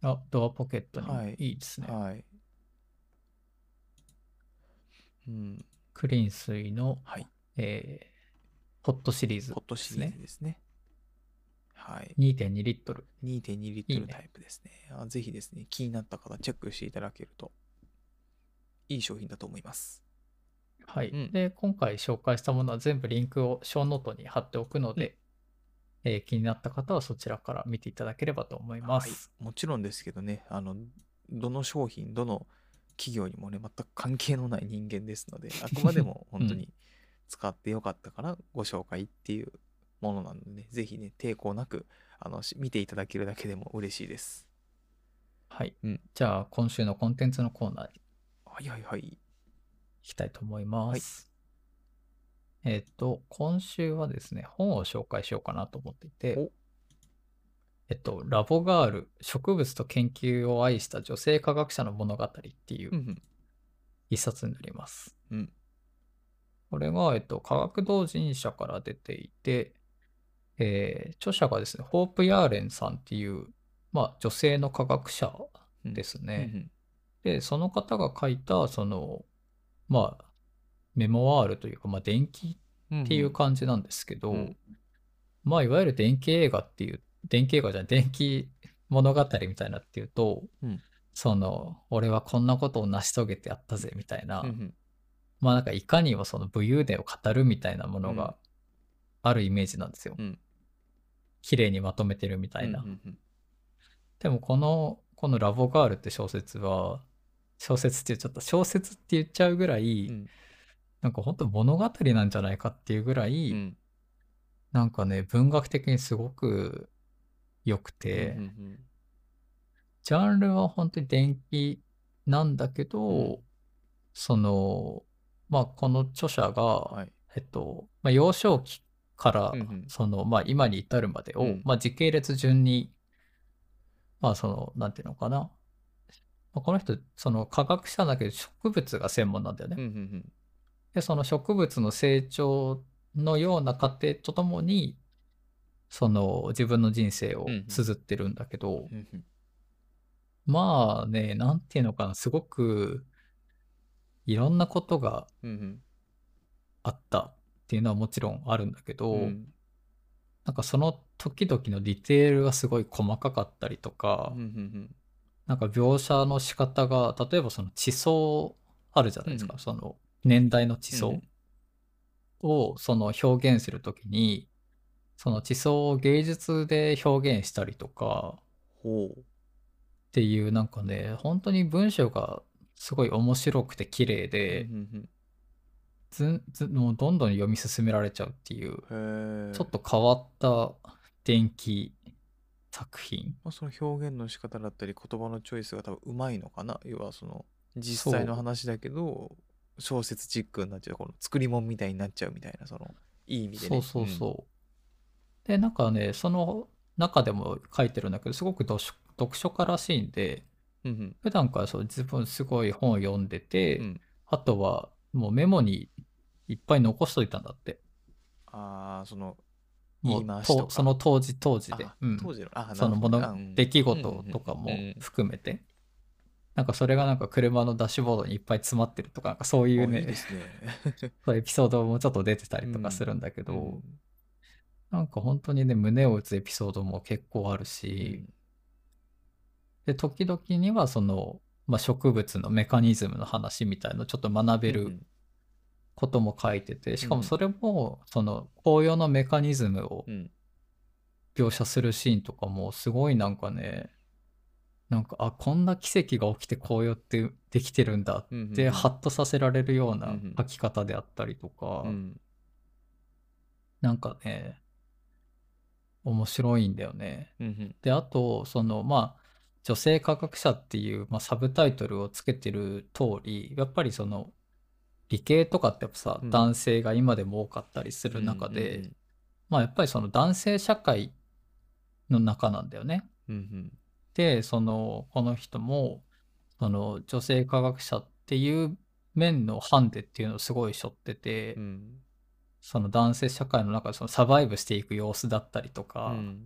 S2: あ、ドアポケットにも
S1: はい
S2: いいですね。
S1: はいうん
S2: クリーン水の、
S1: はい
S2: えーホットシリーズ
S1: ポットシリーズですねはい
S2: 2.2リットル。
S1: 2.2リッ
S2: い
S1: ト
S2: い
S1: ル
S2: ね
S1: タイプですねあぜひですね気になった方チェックしていただけるといい商品だと思います
S2: はい、
S1: うん
S2: で、今回紹介したものは全部リンクを小ノートに貼っておくので、えー気になった方はそちらから見ていただければと思います。
S1: はい、もちろんですけどねあのどの商品どの企業にもね全く関係のない人間ですの
S2: *laughs*
S1: であくまでも本当に使ってよかったからご紹介っていうものなので、ねぜひね抵抗なくあのし見ていただけるだけでも嬉しいです
S2: はい。
S1: うん
S2: じゃあ、今週のコンテンツのコーナーに行
S1: はいはいはい
S2: きたいと思います。えっ、と、今週はですね、本を紹介しようかなと思っていて
S1: お、
S2: えっと、ラボガール、植物と研究を愛した女性科学者の物語っていううん一冊になります。
S1: うんうん
S2: これが、えっと、科学同人社から出ていて、えー著者がですね、ホープ・ヤーレンさんっていう、まあ、女性の科学者
S1: うん
S2: です
S1: う
S2: ね。
S1: ん
S2: で、その方が書いた、その、まあ、メモワールというか、まあ、電気
S1: うん
S2: っていう感じなんですけど、
S1: うん
S2: まあ、いわゆる電気映画っていう、電気映画じゃない、電気物語みたいなっていうと、
S1: うん
S2: その、俺はこんなことを成し遂げてやったぜみたいな、
S1: うんうん
S2: まあなんかいかにもその武勇伝を語るみたいなものがあるイメージなんですよ。
S1: うん
S2: 綺麗にまとめてるみたいな。
S1: うんうんうん
S2: でもこの、このラボガールって小説は、小説って言っちゃった、小説って言っちゃうぐらい、
S1: うん
S2: なんか本当物語なんじゃないかっていうぐらい、
S1: うん
S2: なんかね、文学的にすごく良くて、
S1: うんうん
S2: ジャンルは本当に伝記なんだけど、
S1: うん
S2: その、まあこの著者
S1: う
S2: が、
S1: んはい
S2: えっと、まあ、幼少期から、
S1: うんうん
S2: その、まあ、今に至るまでを、
S1: うん
S2: まあ、時系列順に、まあ、その、なんていうのかな。まあ、この人、その、科学者だけど植物が専門なんだよね。
S1: うんうん
S2: で、その植物の成長のような過程とともに、その、自分の人生を
S1: うんうん
S2: 綴ってるんだけど、
S1: うんうんうん
S2: まあね、なんていうのかな、すごく、いろんなことが
S1: うん
S2: あったっていうのはもちろんあるんだけど、
S1: うんうん
S2: なんかその時々のディテールがすごい細かかったりとか、
S1: うんうん
S2: なんか描写の仕方が、例えばその地層あるじゃないですか、
S1: うん
S2: その年代の地
S1: う
S2: 層
S1: ん
S2: をその表現するときに、その地層を芸術で表現したりとか
S1: ほう
S2: っていうなんかね、本当に文章がすごい面白くて綺麗で、
S1: うんうん
S2: ずずもうどんどん読み進められちゃうっていう、
S1: うんへえ
S2: ちょっと変わった伝記作品。
S1: まあ、その表現の仕方だったり言葉のチョイスが多分うまいのかな要はその実際の話だけど小説チックになっちゃうこの作り物みたいになっちゃうみたいなそのいい意味で
S2: そ
S1: ね
S2: うそうそう。で、なんかね、その中でも書いてるんだけど、すごく読書読書家らしいんで、
S1: うん、うん
S2: 普段からそう自分すごい本を読んでて、
S1: うんうん、
S2: あとはもうメモにいっぱい残しといたんだって。
S1: ああその
S2: も
S1: 言いう回し
S2: と
S1: とか
S2: その当時当時で。
S1: あ
S2: うん
S1: 当時のあ
S2: そ
S1: な
S2: の
S1: るほどね
S2: 物
S1: あうん
S2: 出来事とかも
S1: うんうんうん
S2: 含めて、なんかそれがなんか車のダッシュボードにいっぱい詰まってるとか、なんかそういう
S1: あいいで
S2: ね、
S1: すね
S2: そうエピソードもちょっと出てたりとかするんだけど、
S1: うん
S2: なんか本当にね、胸を打つエピソードも結構あるし、で、時々にはその、まあ、植物のメカニズムの話みたいのをちょっと学べ
S1: う
S2: る
S1: ん
S2: ことも書いてて、しか
S1: うん
S2: もそれも、その紅葉のメカニズムを
S1: うん
S2: 描写するシーンとかもすごいなんかねなんかあこんな奇跡が起きて紅葉ってできてるんだ
S1: うんうん
S2: ってハッとさせられるよう
S1: うん
S2: な
S1: うん
S2: 書き方であったりとか、
S1: うん
S2: なんかね面白いんだよね。
S1: うんうん
S2: であとそのまあ女性科学者っていう、まあ、サブタイトルをつけてる通りやっぱりその理系とかってやっぱさ、
S1: うん
S2: 男性が今でも多かったりする中で、まあやっぱりその男性社会の中なんだよね。
S1: うんうん
S2: でそのこの人もその女性科学者っていう面のハンデっていうのをすごい背負ってて、
S1: うんうん
S2: その男性社会の中でそのサバイブしていく様子だったりと
S1: う
S2: か、
S1: ん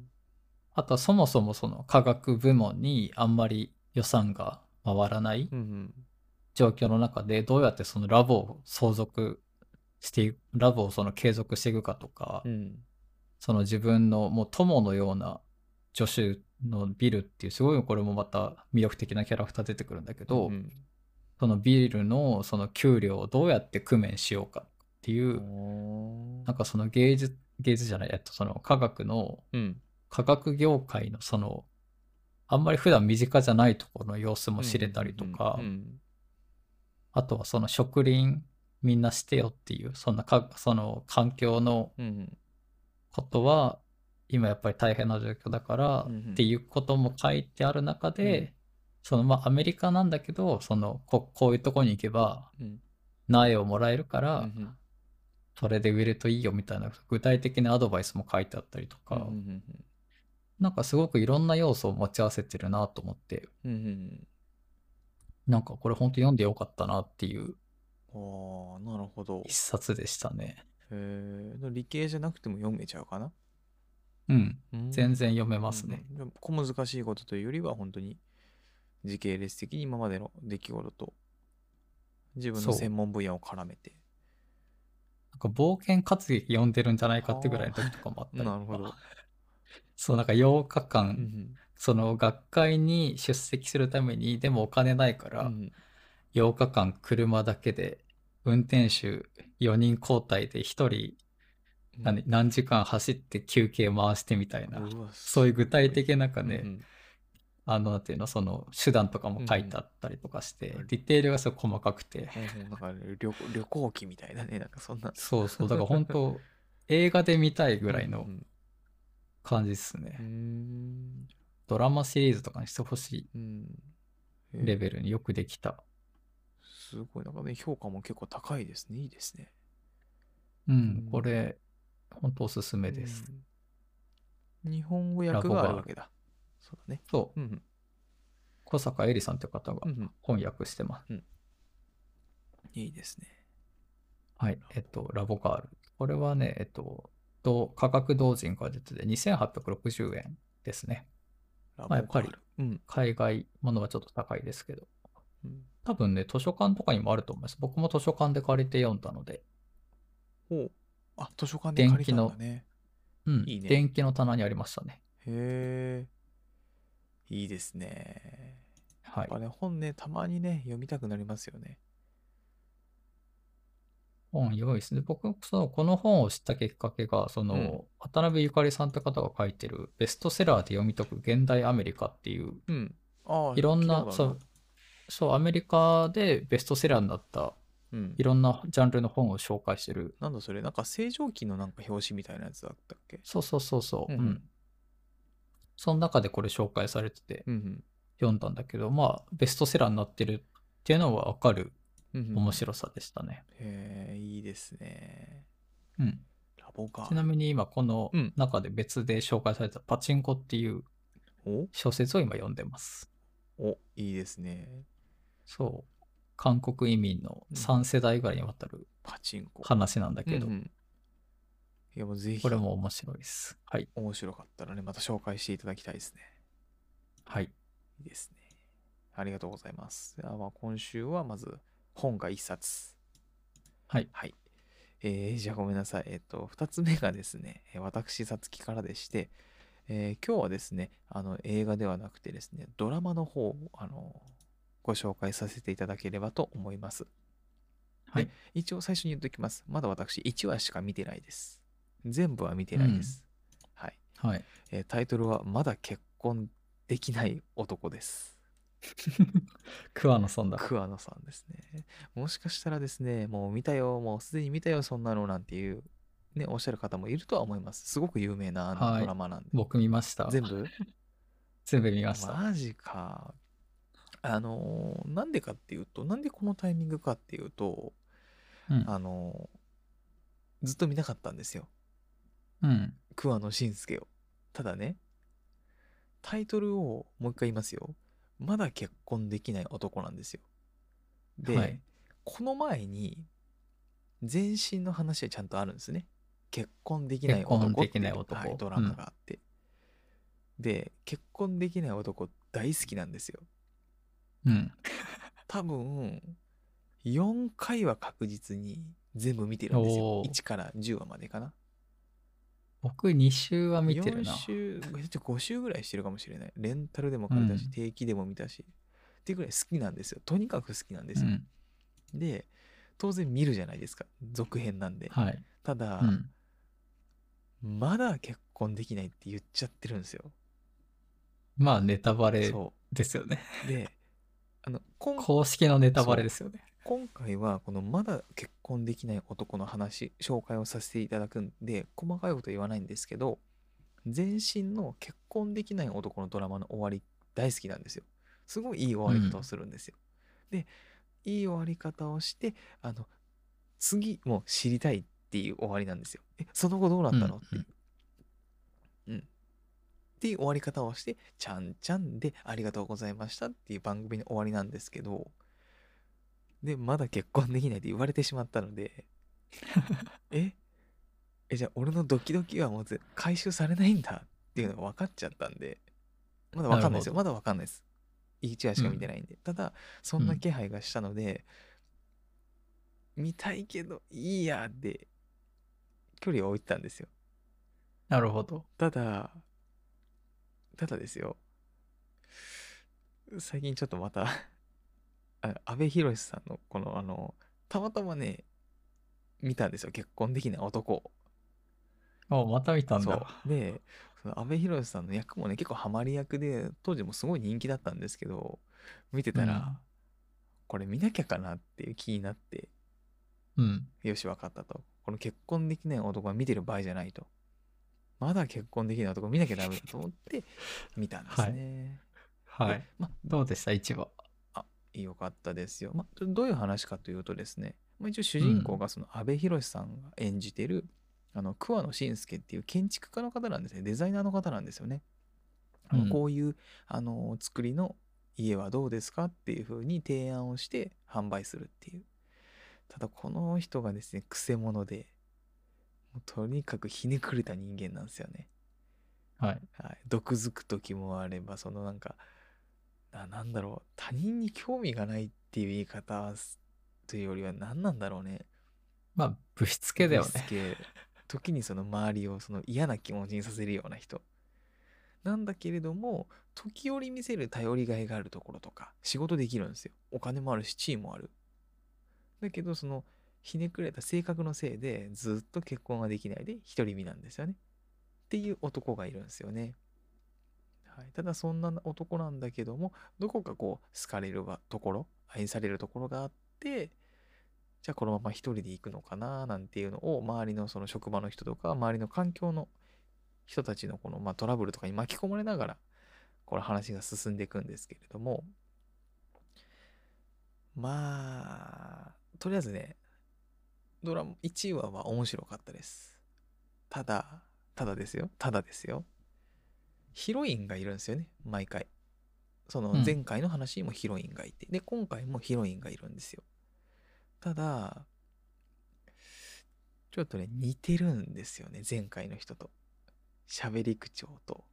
S2: あとはそもそもその科学部門にあんまり予算が回らない
S1: うんうん
S2: 状況の中でどうやってそのラボを相続していくラボをその継続していくかとか、
S1: うん
S2: その自分のもう友のような助手のビルっていうすごいこれもまた魅力的なキャラクター出てくるんだけど、
S1: うん
S2: そのビルのその給料をどうやって工面しようかっていうう、
S1: ん
S2: なんかその芸術芸術じゃないえっとその科学の
S1: うん
S2: 科学業界のそのあんまり普段身近じゃないところの様子も知れたりとか、
S1: うんうん
S2: あとはその植林みんなしてよっていうそんなかその環境の
S1: うんうん
S2: ことは今やっぱり大変な状況だから
S1: うんうん
S2: っていうことも書いてある中で、
S1: うん
S2: そのまあアメリカなんだけどそのここういうとこに行けば
S1: うん
S2: 苗をもらえるか
S1: う
S2: ら、
S1: んうん
S2: それで植えるといいよみたいな具体的なアドバイスも書いてあったりとか、
S1: うんうん
S2: なんかすごくいろんな要素を持ち合わせてるなと思って
S1: うんうんうん
S2: なんかこれ本当読んでよかったなっていう
S1: ああなるほど
S2: 一冊でしたね。
S1: えー、理系じゃなくても読めちゃうかな
S2: うん、
S1: うん
S2: 全然読めますね。
S1: うんうんでも小難しいことというよりは本当に時系列的に今までの出来事と自分の
S2: そう
S1: 専門分野を絡めて
S2: なんか冒険活劇読んでるんじゃないかってぐらいの時とかもあったりと
S1: な
S2: か
S1: るほど、
S2: そうなんか8日間、
S1: うん
S2: その学会に出席するためにでもお金ないか
S1: うんう
S2: ら
S1: ん
S2: 8日間車だけで運転手4人交代で1人何,、何時間走って休憩回してみたいな、
S1: うわ
S2: そういう具体
S1: す
S2: 的ななんか
S1: ごい
S2: ね、
S1: うん
S2: あの、なんていうの、その手段とかも書いてあったりとかして、ディテールがすごい細かくて、
S1: うんうんなんか旅行旅行記みたいなねなんかそんな
S2: そうそう、だから本当、映画で見たいぐらいの
S1: うん
S2: 感じっすね。
S1: うん
S2: ドラマシリーズとかにしてほし
S1: うんえ
S2: いレベルによくできた。
S1: すごいなんかね評価も結構高いですねいいですね
S2: うん
S1: うん、
S2: これ、本当おすすめです。
S1: うん日本語訳があるわけだそうだね
S2: そう、
S1: うん
S2: 小坂恵里さんという方が
S1: うんうん
S2: 翻訳してます。
S1: いいですね
S2: はい、えっと、ラボガール。これはね、えっと、同価格同人から出てて2860円ですね。
S1: ラ
S2: まあやっぱり
S1: ボカールうん
S2: 海外ものはちょっと高いですけど。
S1: うん
S2: 多分ね、図書館とかにもあると思います。僕も図書館で借りて読んだので、
S1: ほうあ図書館で借りたんだね
S2: うん、
S1: いいね
S2: 電気の棚にありましたね。
S1: へえいいですね
S2: はい
S1: あ。れ本ねたまにね読みたくなりますよね
S2: 本良いですね。僕、その、この本を知ったきっかけが、その、
S1: うん
S2: 渡辺ゆかりさんって方が書いてる、ベストセラーで読み解く現代アメリカっていう、
S1: うんああ
S2: いろん
S1: 聞
S2: な、
S1: いたこ
S2: そ
S1: とあ
S2: う
S1: る、
S2: そう、アメリカでベストセラーになった、
S1: うん
S2: いろんなジャンルの本を紹介してる。
S1: なんだそれなんか正常期のなんか表紙みたいなやつだったっけ
S2: そうそうそうそう、
S1: う
S2: うんん。
S1: うん
S2: その中でこれ紹介されてて、
S1: うん
S2: 読んだんだけど、まあ、ベストセラーになってるっていうのはわかる
S1: うんうんうん
S2: 面白さでしたね。
S1: へえいいですね
S2: うん。
S1: ラボか
S2: ちなみに今この
S1: うん
S2: 中で別で紹介されたパチンコっていう
S1: お
S2: 小説を今読んでます。
S1: おいいですね
S2: そう。韓国移民の3世代ぐらいにわたる
S1: パチンコ
S2: 話なんだけど、
S1: うんうんいやもうぜひ
S2: これも面白いです。はい。
S1: 面白かったらねまた紹介していただきたいですね
S2: はい。
S1: いいですねありがとうございますではまあ今週はまず本が1冊
S2: はい。
S1: はい。えーじゃあごめんなさい。えっ、と、2つ目がですね、えー私、さつきからでして、えー今日はですね、あの、映画ではなくてですね、ドラマの方を、あのご紹介させていただければと思います。
S2: はい。
S1: 一応最初に言っときます。まだ私、1話しか見てないです。全部は見てないです。はい、
S2: はい。 *laughs*
S1: えータイトルは、まだ結婚できない男です。
S2: 桑野さんだ。
S1: 桑野さんですね。もしかしたらですね、もう見たよ、もうすでに見たよ、そんなのなんていう、ね、おっしゃる方もいるとは思います。すごく有名なあの
S2: はい
S1: ドラマなんで。
S2: 僕見ました。
S1: 全
S2: *laughs*
S1: 部
S2: 全部見ました。
S1: マジか。あのー、なんでかっていうと、なんでこのタイミングかっていうと、
S2: うん。
S1: あのー、ずっと見なかったんですよ。
S2: うん。
S1: 桑野信介を。ただね、タイトルをもう一回言いますよ。まだ結婚できない男なんですよ。で、
S2: はい
S1: この前に前身の話はちゃんとあるんですね。結婚できない
S2: 結
S1: 男
S2: 婚
S1: って
S2: できない男
S1: はいドラマがあって、で結婚できない男大好きなんですよ。
S2: うん。
S1: 多分4回は確実に全部見てるんですよ。
S2: おー
S1: 1から10話までかな。
S2: 僕2週は見てるな
S1: 4。週5週ぐらいしてるかもしれないレンタルでも借りたし、
S2: うん
S1: 定期でも見たしっていうぐらい好きなんですよとにかく好きなんで
S2: う
S1: すよ、
S2: ん。
S1: で当然見るじゃないですか続編なんで、
S2: はい。
S1: ただ、
S2: うん。
S1: まだ結婚できないって言っちゃってるんですよ、
S2: まあ、ネタバレ
S1: そ
S2: ですよね。
S1: うであのこん
S2: 公式のネタバレですよね。
S1: 今回はこのまだ結婚できない男の話紹介をさせていただくんで細かいこと言わないんですけど前身の結婚できない男のドラマの終わり大好きなんですよすごいいい終わり方をするんですよ、でいい終わり方をしてあの次も知りたいっていう終わりなんですよえその後どうなったの、って
S2: うん
S1: いううんっていう終わり方をしてちゃんちゃんでありがとうございましたっていう番組の終わりなんですけどでまだ結婚できないって言われてしまったのでええじゃあ俺のドキドキはもうぜ回収されないんだっていうのが分かっちゃったんでまだ分かんないですよ
S2: な
S1: まだ分かんないです1話しか見てないんで、ただそんな気配がしたので、見たいけどいいやで距離を置いてたんですよ
S2: なるほど。
S1: ただただですよ *laughs* 最近ちょっとまたあ阿部寛さんのこのあの「たまたまね、見たんですよ。結婚できない男を。
S2: おまた見たん
S1: そう
S2: だ。
S1: で、その阿部寛さんの役もね、結構ハマり役で、当時もすごい人気だったんですけど、見てたら、
S2: うん
S1: これ見なきゃかなっていう気になって、
S2: うん。
S1: よし、分かったと。この結婚できない男は見てる場合じゃないと。まだ結婚できない男見なきゃダメだと思って見たんですね。
S2: は
S1: で
S2: い。。
S1: まあ
S2: どうでした、一話。
S1: 良かったですよ。まあ、どういう話かというとですね、まあ、一応主人公がその阿部寛さんが演じてる、あの桑野信介っていう建築家の方なんですねデザイナーの方なんですよね。あの
S2: うん
S1: こういうあの作りの家はどうですかっていうふうに提案をして販売するっていう。ただこの人がですね、くせ者で、もうとにかくひねくれた人間なんですよね。
S2: はい。
S1: はい、毒づく時もあればそのなんかななんだろう他人に興味がないっていう言い方すというよりは何なんだろうね。
S2: まあ、ぶしつけだよ
S1: ぶし
S2: ね
S1: つ。け時にその周りをその嫌な気持ちにさせるような人。なんだけれども時折見せる頼りがいがあるところとか仕事できるんですよ。お金もあるし地位もある。だけどそのひねくれた性格のせいでずっと結婚ができないで独り身なんですよね。っていう男がいるんですよね。はい、ただそんな男なんだけどもどこかこう好かれるわところ愛されるところがあってじゃあこのまま一人で行くのかななんていうのを周りのその職場の人とか周りの環境の人たちのこの、まあ、トラブルとかに巻き込まれながらこれ話が進んでいくんですけれどもまあとりあえずねドラマ1話は面白かったですただただですよただですよヒロインがいるんですよね毎回その
S2: うん
S1: 前回の話にもヒロインがいて、で今回もヒロインがいるんですよただちょっとね似てるんですよね前回の人と喋り口調と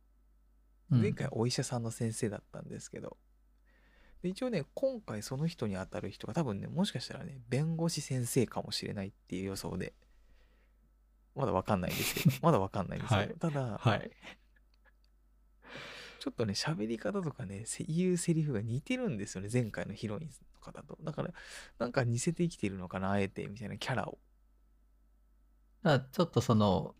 S2: うん
S1: 前回お医者さんの先生だったんですけど、で一応ね今回その人に当たる人が多分ねもしかしたらね弁護士先生かもしれないっていう予想でまだわかんないですけ
S2: *laughs*
S1: どまだわかんないんですけど、
S2: はい
S1: ただ
S2: はい。
S1: ちょっとね喋り方とかねせ言うセリフが似てるんですよね前回のヒロインの方とだからなんか似せて生きてるのかなあえてみたいなキャラを
S2: だからちょっとその、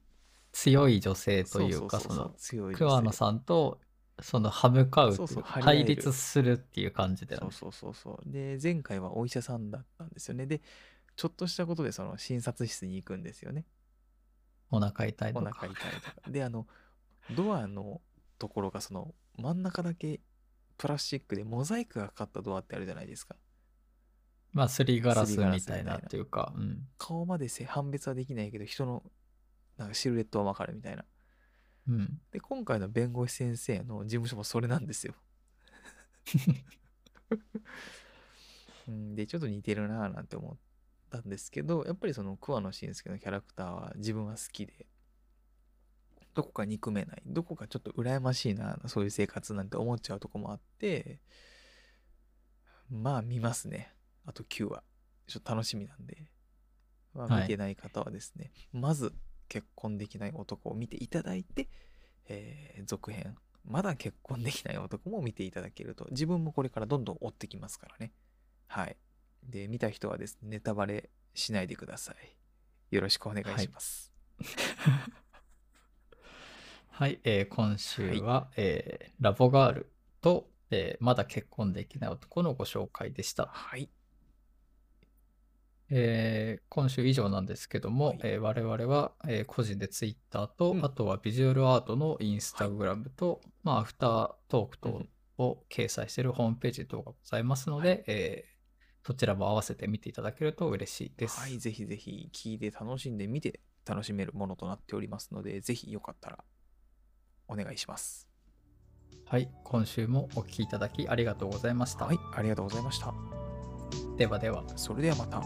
S2: 強い女性と
S1: そう
S2: い
S1: そう
S2: か、その、
S1: 強い女性
S2: 桑野さんと、その、歯向かうって
S1: そ
S2: いう
S1: そう
S2: う、
S1: 張り合える
S2: 対立するっていう感じだよ
S1: そ
S2: ね
S1: う。そうそうそうで前回はお医者さんだったんですよねでちょっとしたことでその診察室に行くんですよね
S2: お腹痛い
S1: お
S2: とか
S1: 腹痛。いとか *laughs* であのドアのところがその真ん中だけプラスチックでモザイクがかかったドアってあるじゃないですか
S2: まあ、すりガラ
S1: す
S2: ス
S1: りガラス
S2: みたい
S1: み
S2: な
S1: たいな
S2: っていうか、うん。
S1: 顔までせ判別はできないけど人のなんかシルエットはわかるみたいな
S2: うん。
S1: で今回の弁護士先生の事務所もそれなんですよ。うんでちょっと似てるなぁなんて思ったんですけどやっぱりその桑野信介のキャラクターは自分は好きでどこか憎めないどこかちょっと羨ましいなそういう生活なんて思っちゃうとこもあってまあ見ますねあと9話ちょっと楽しみなんで、まあ、
S2: はい
S1: 見てない方はですね、まず結婚できない男を見ていただいて、えー続編まだ結婚できない男も見ていただけると自分もこれからどんどん追ってきますからねはいで見た人はですねネタバレしないでくださいよろしくお願いします、
S2: はい、えー今週は、えーラボガールと、えーまだ結婚できない男のご紹介でした。
S1: はい
S2: えー今週以上なんですけども、
S1: はい
S2: えー我々は、えー個人で Twitter と、
S1: うん
S2: あとはビジュアルアートの Instagram と、まあ、アフタートーク
S1: う
S2: 等
S1: ん
S2: を掲載しているホームページ等がございますので、えーそちらも合わせて見ていただけると嬉しいです。
S1: はい、ぜひぜひ聞いて楽しんで見て楽しめるものとなっておりますので、ぜひよかったらお願いします。
S2: はい、今週もお聞きいただきありがとうございました。
S1: はい、ありがとうございました。
S2: ではでは。
S1: それではまた。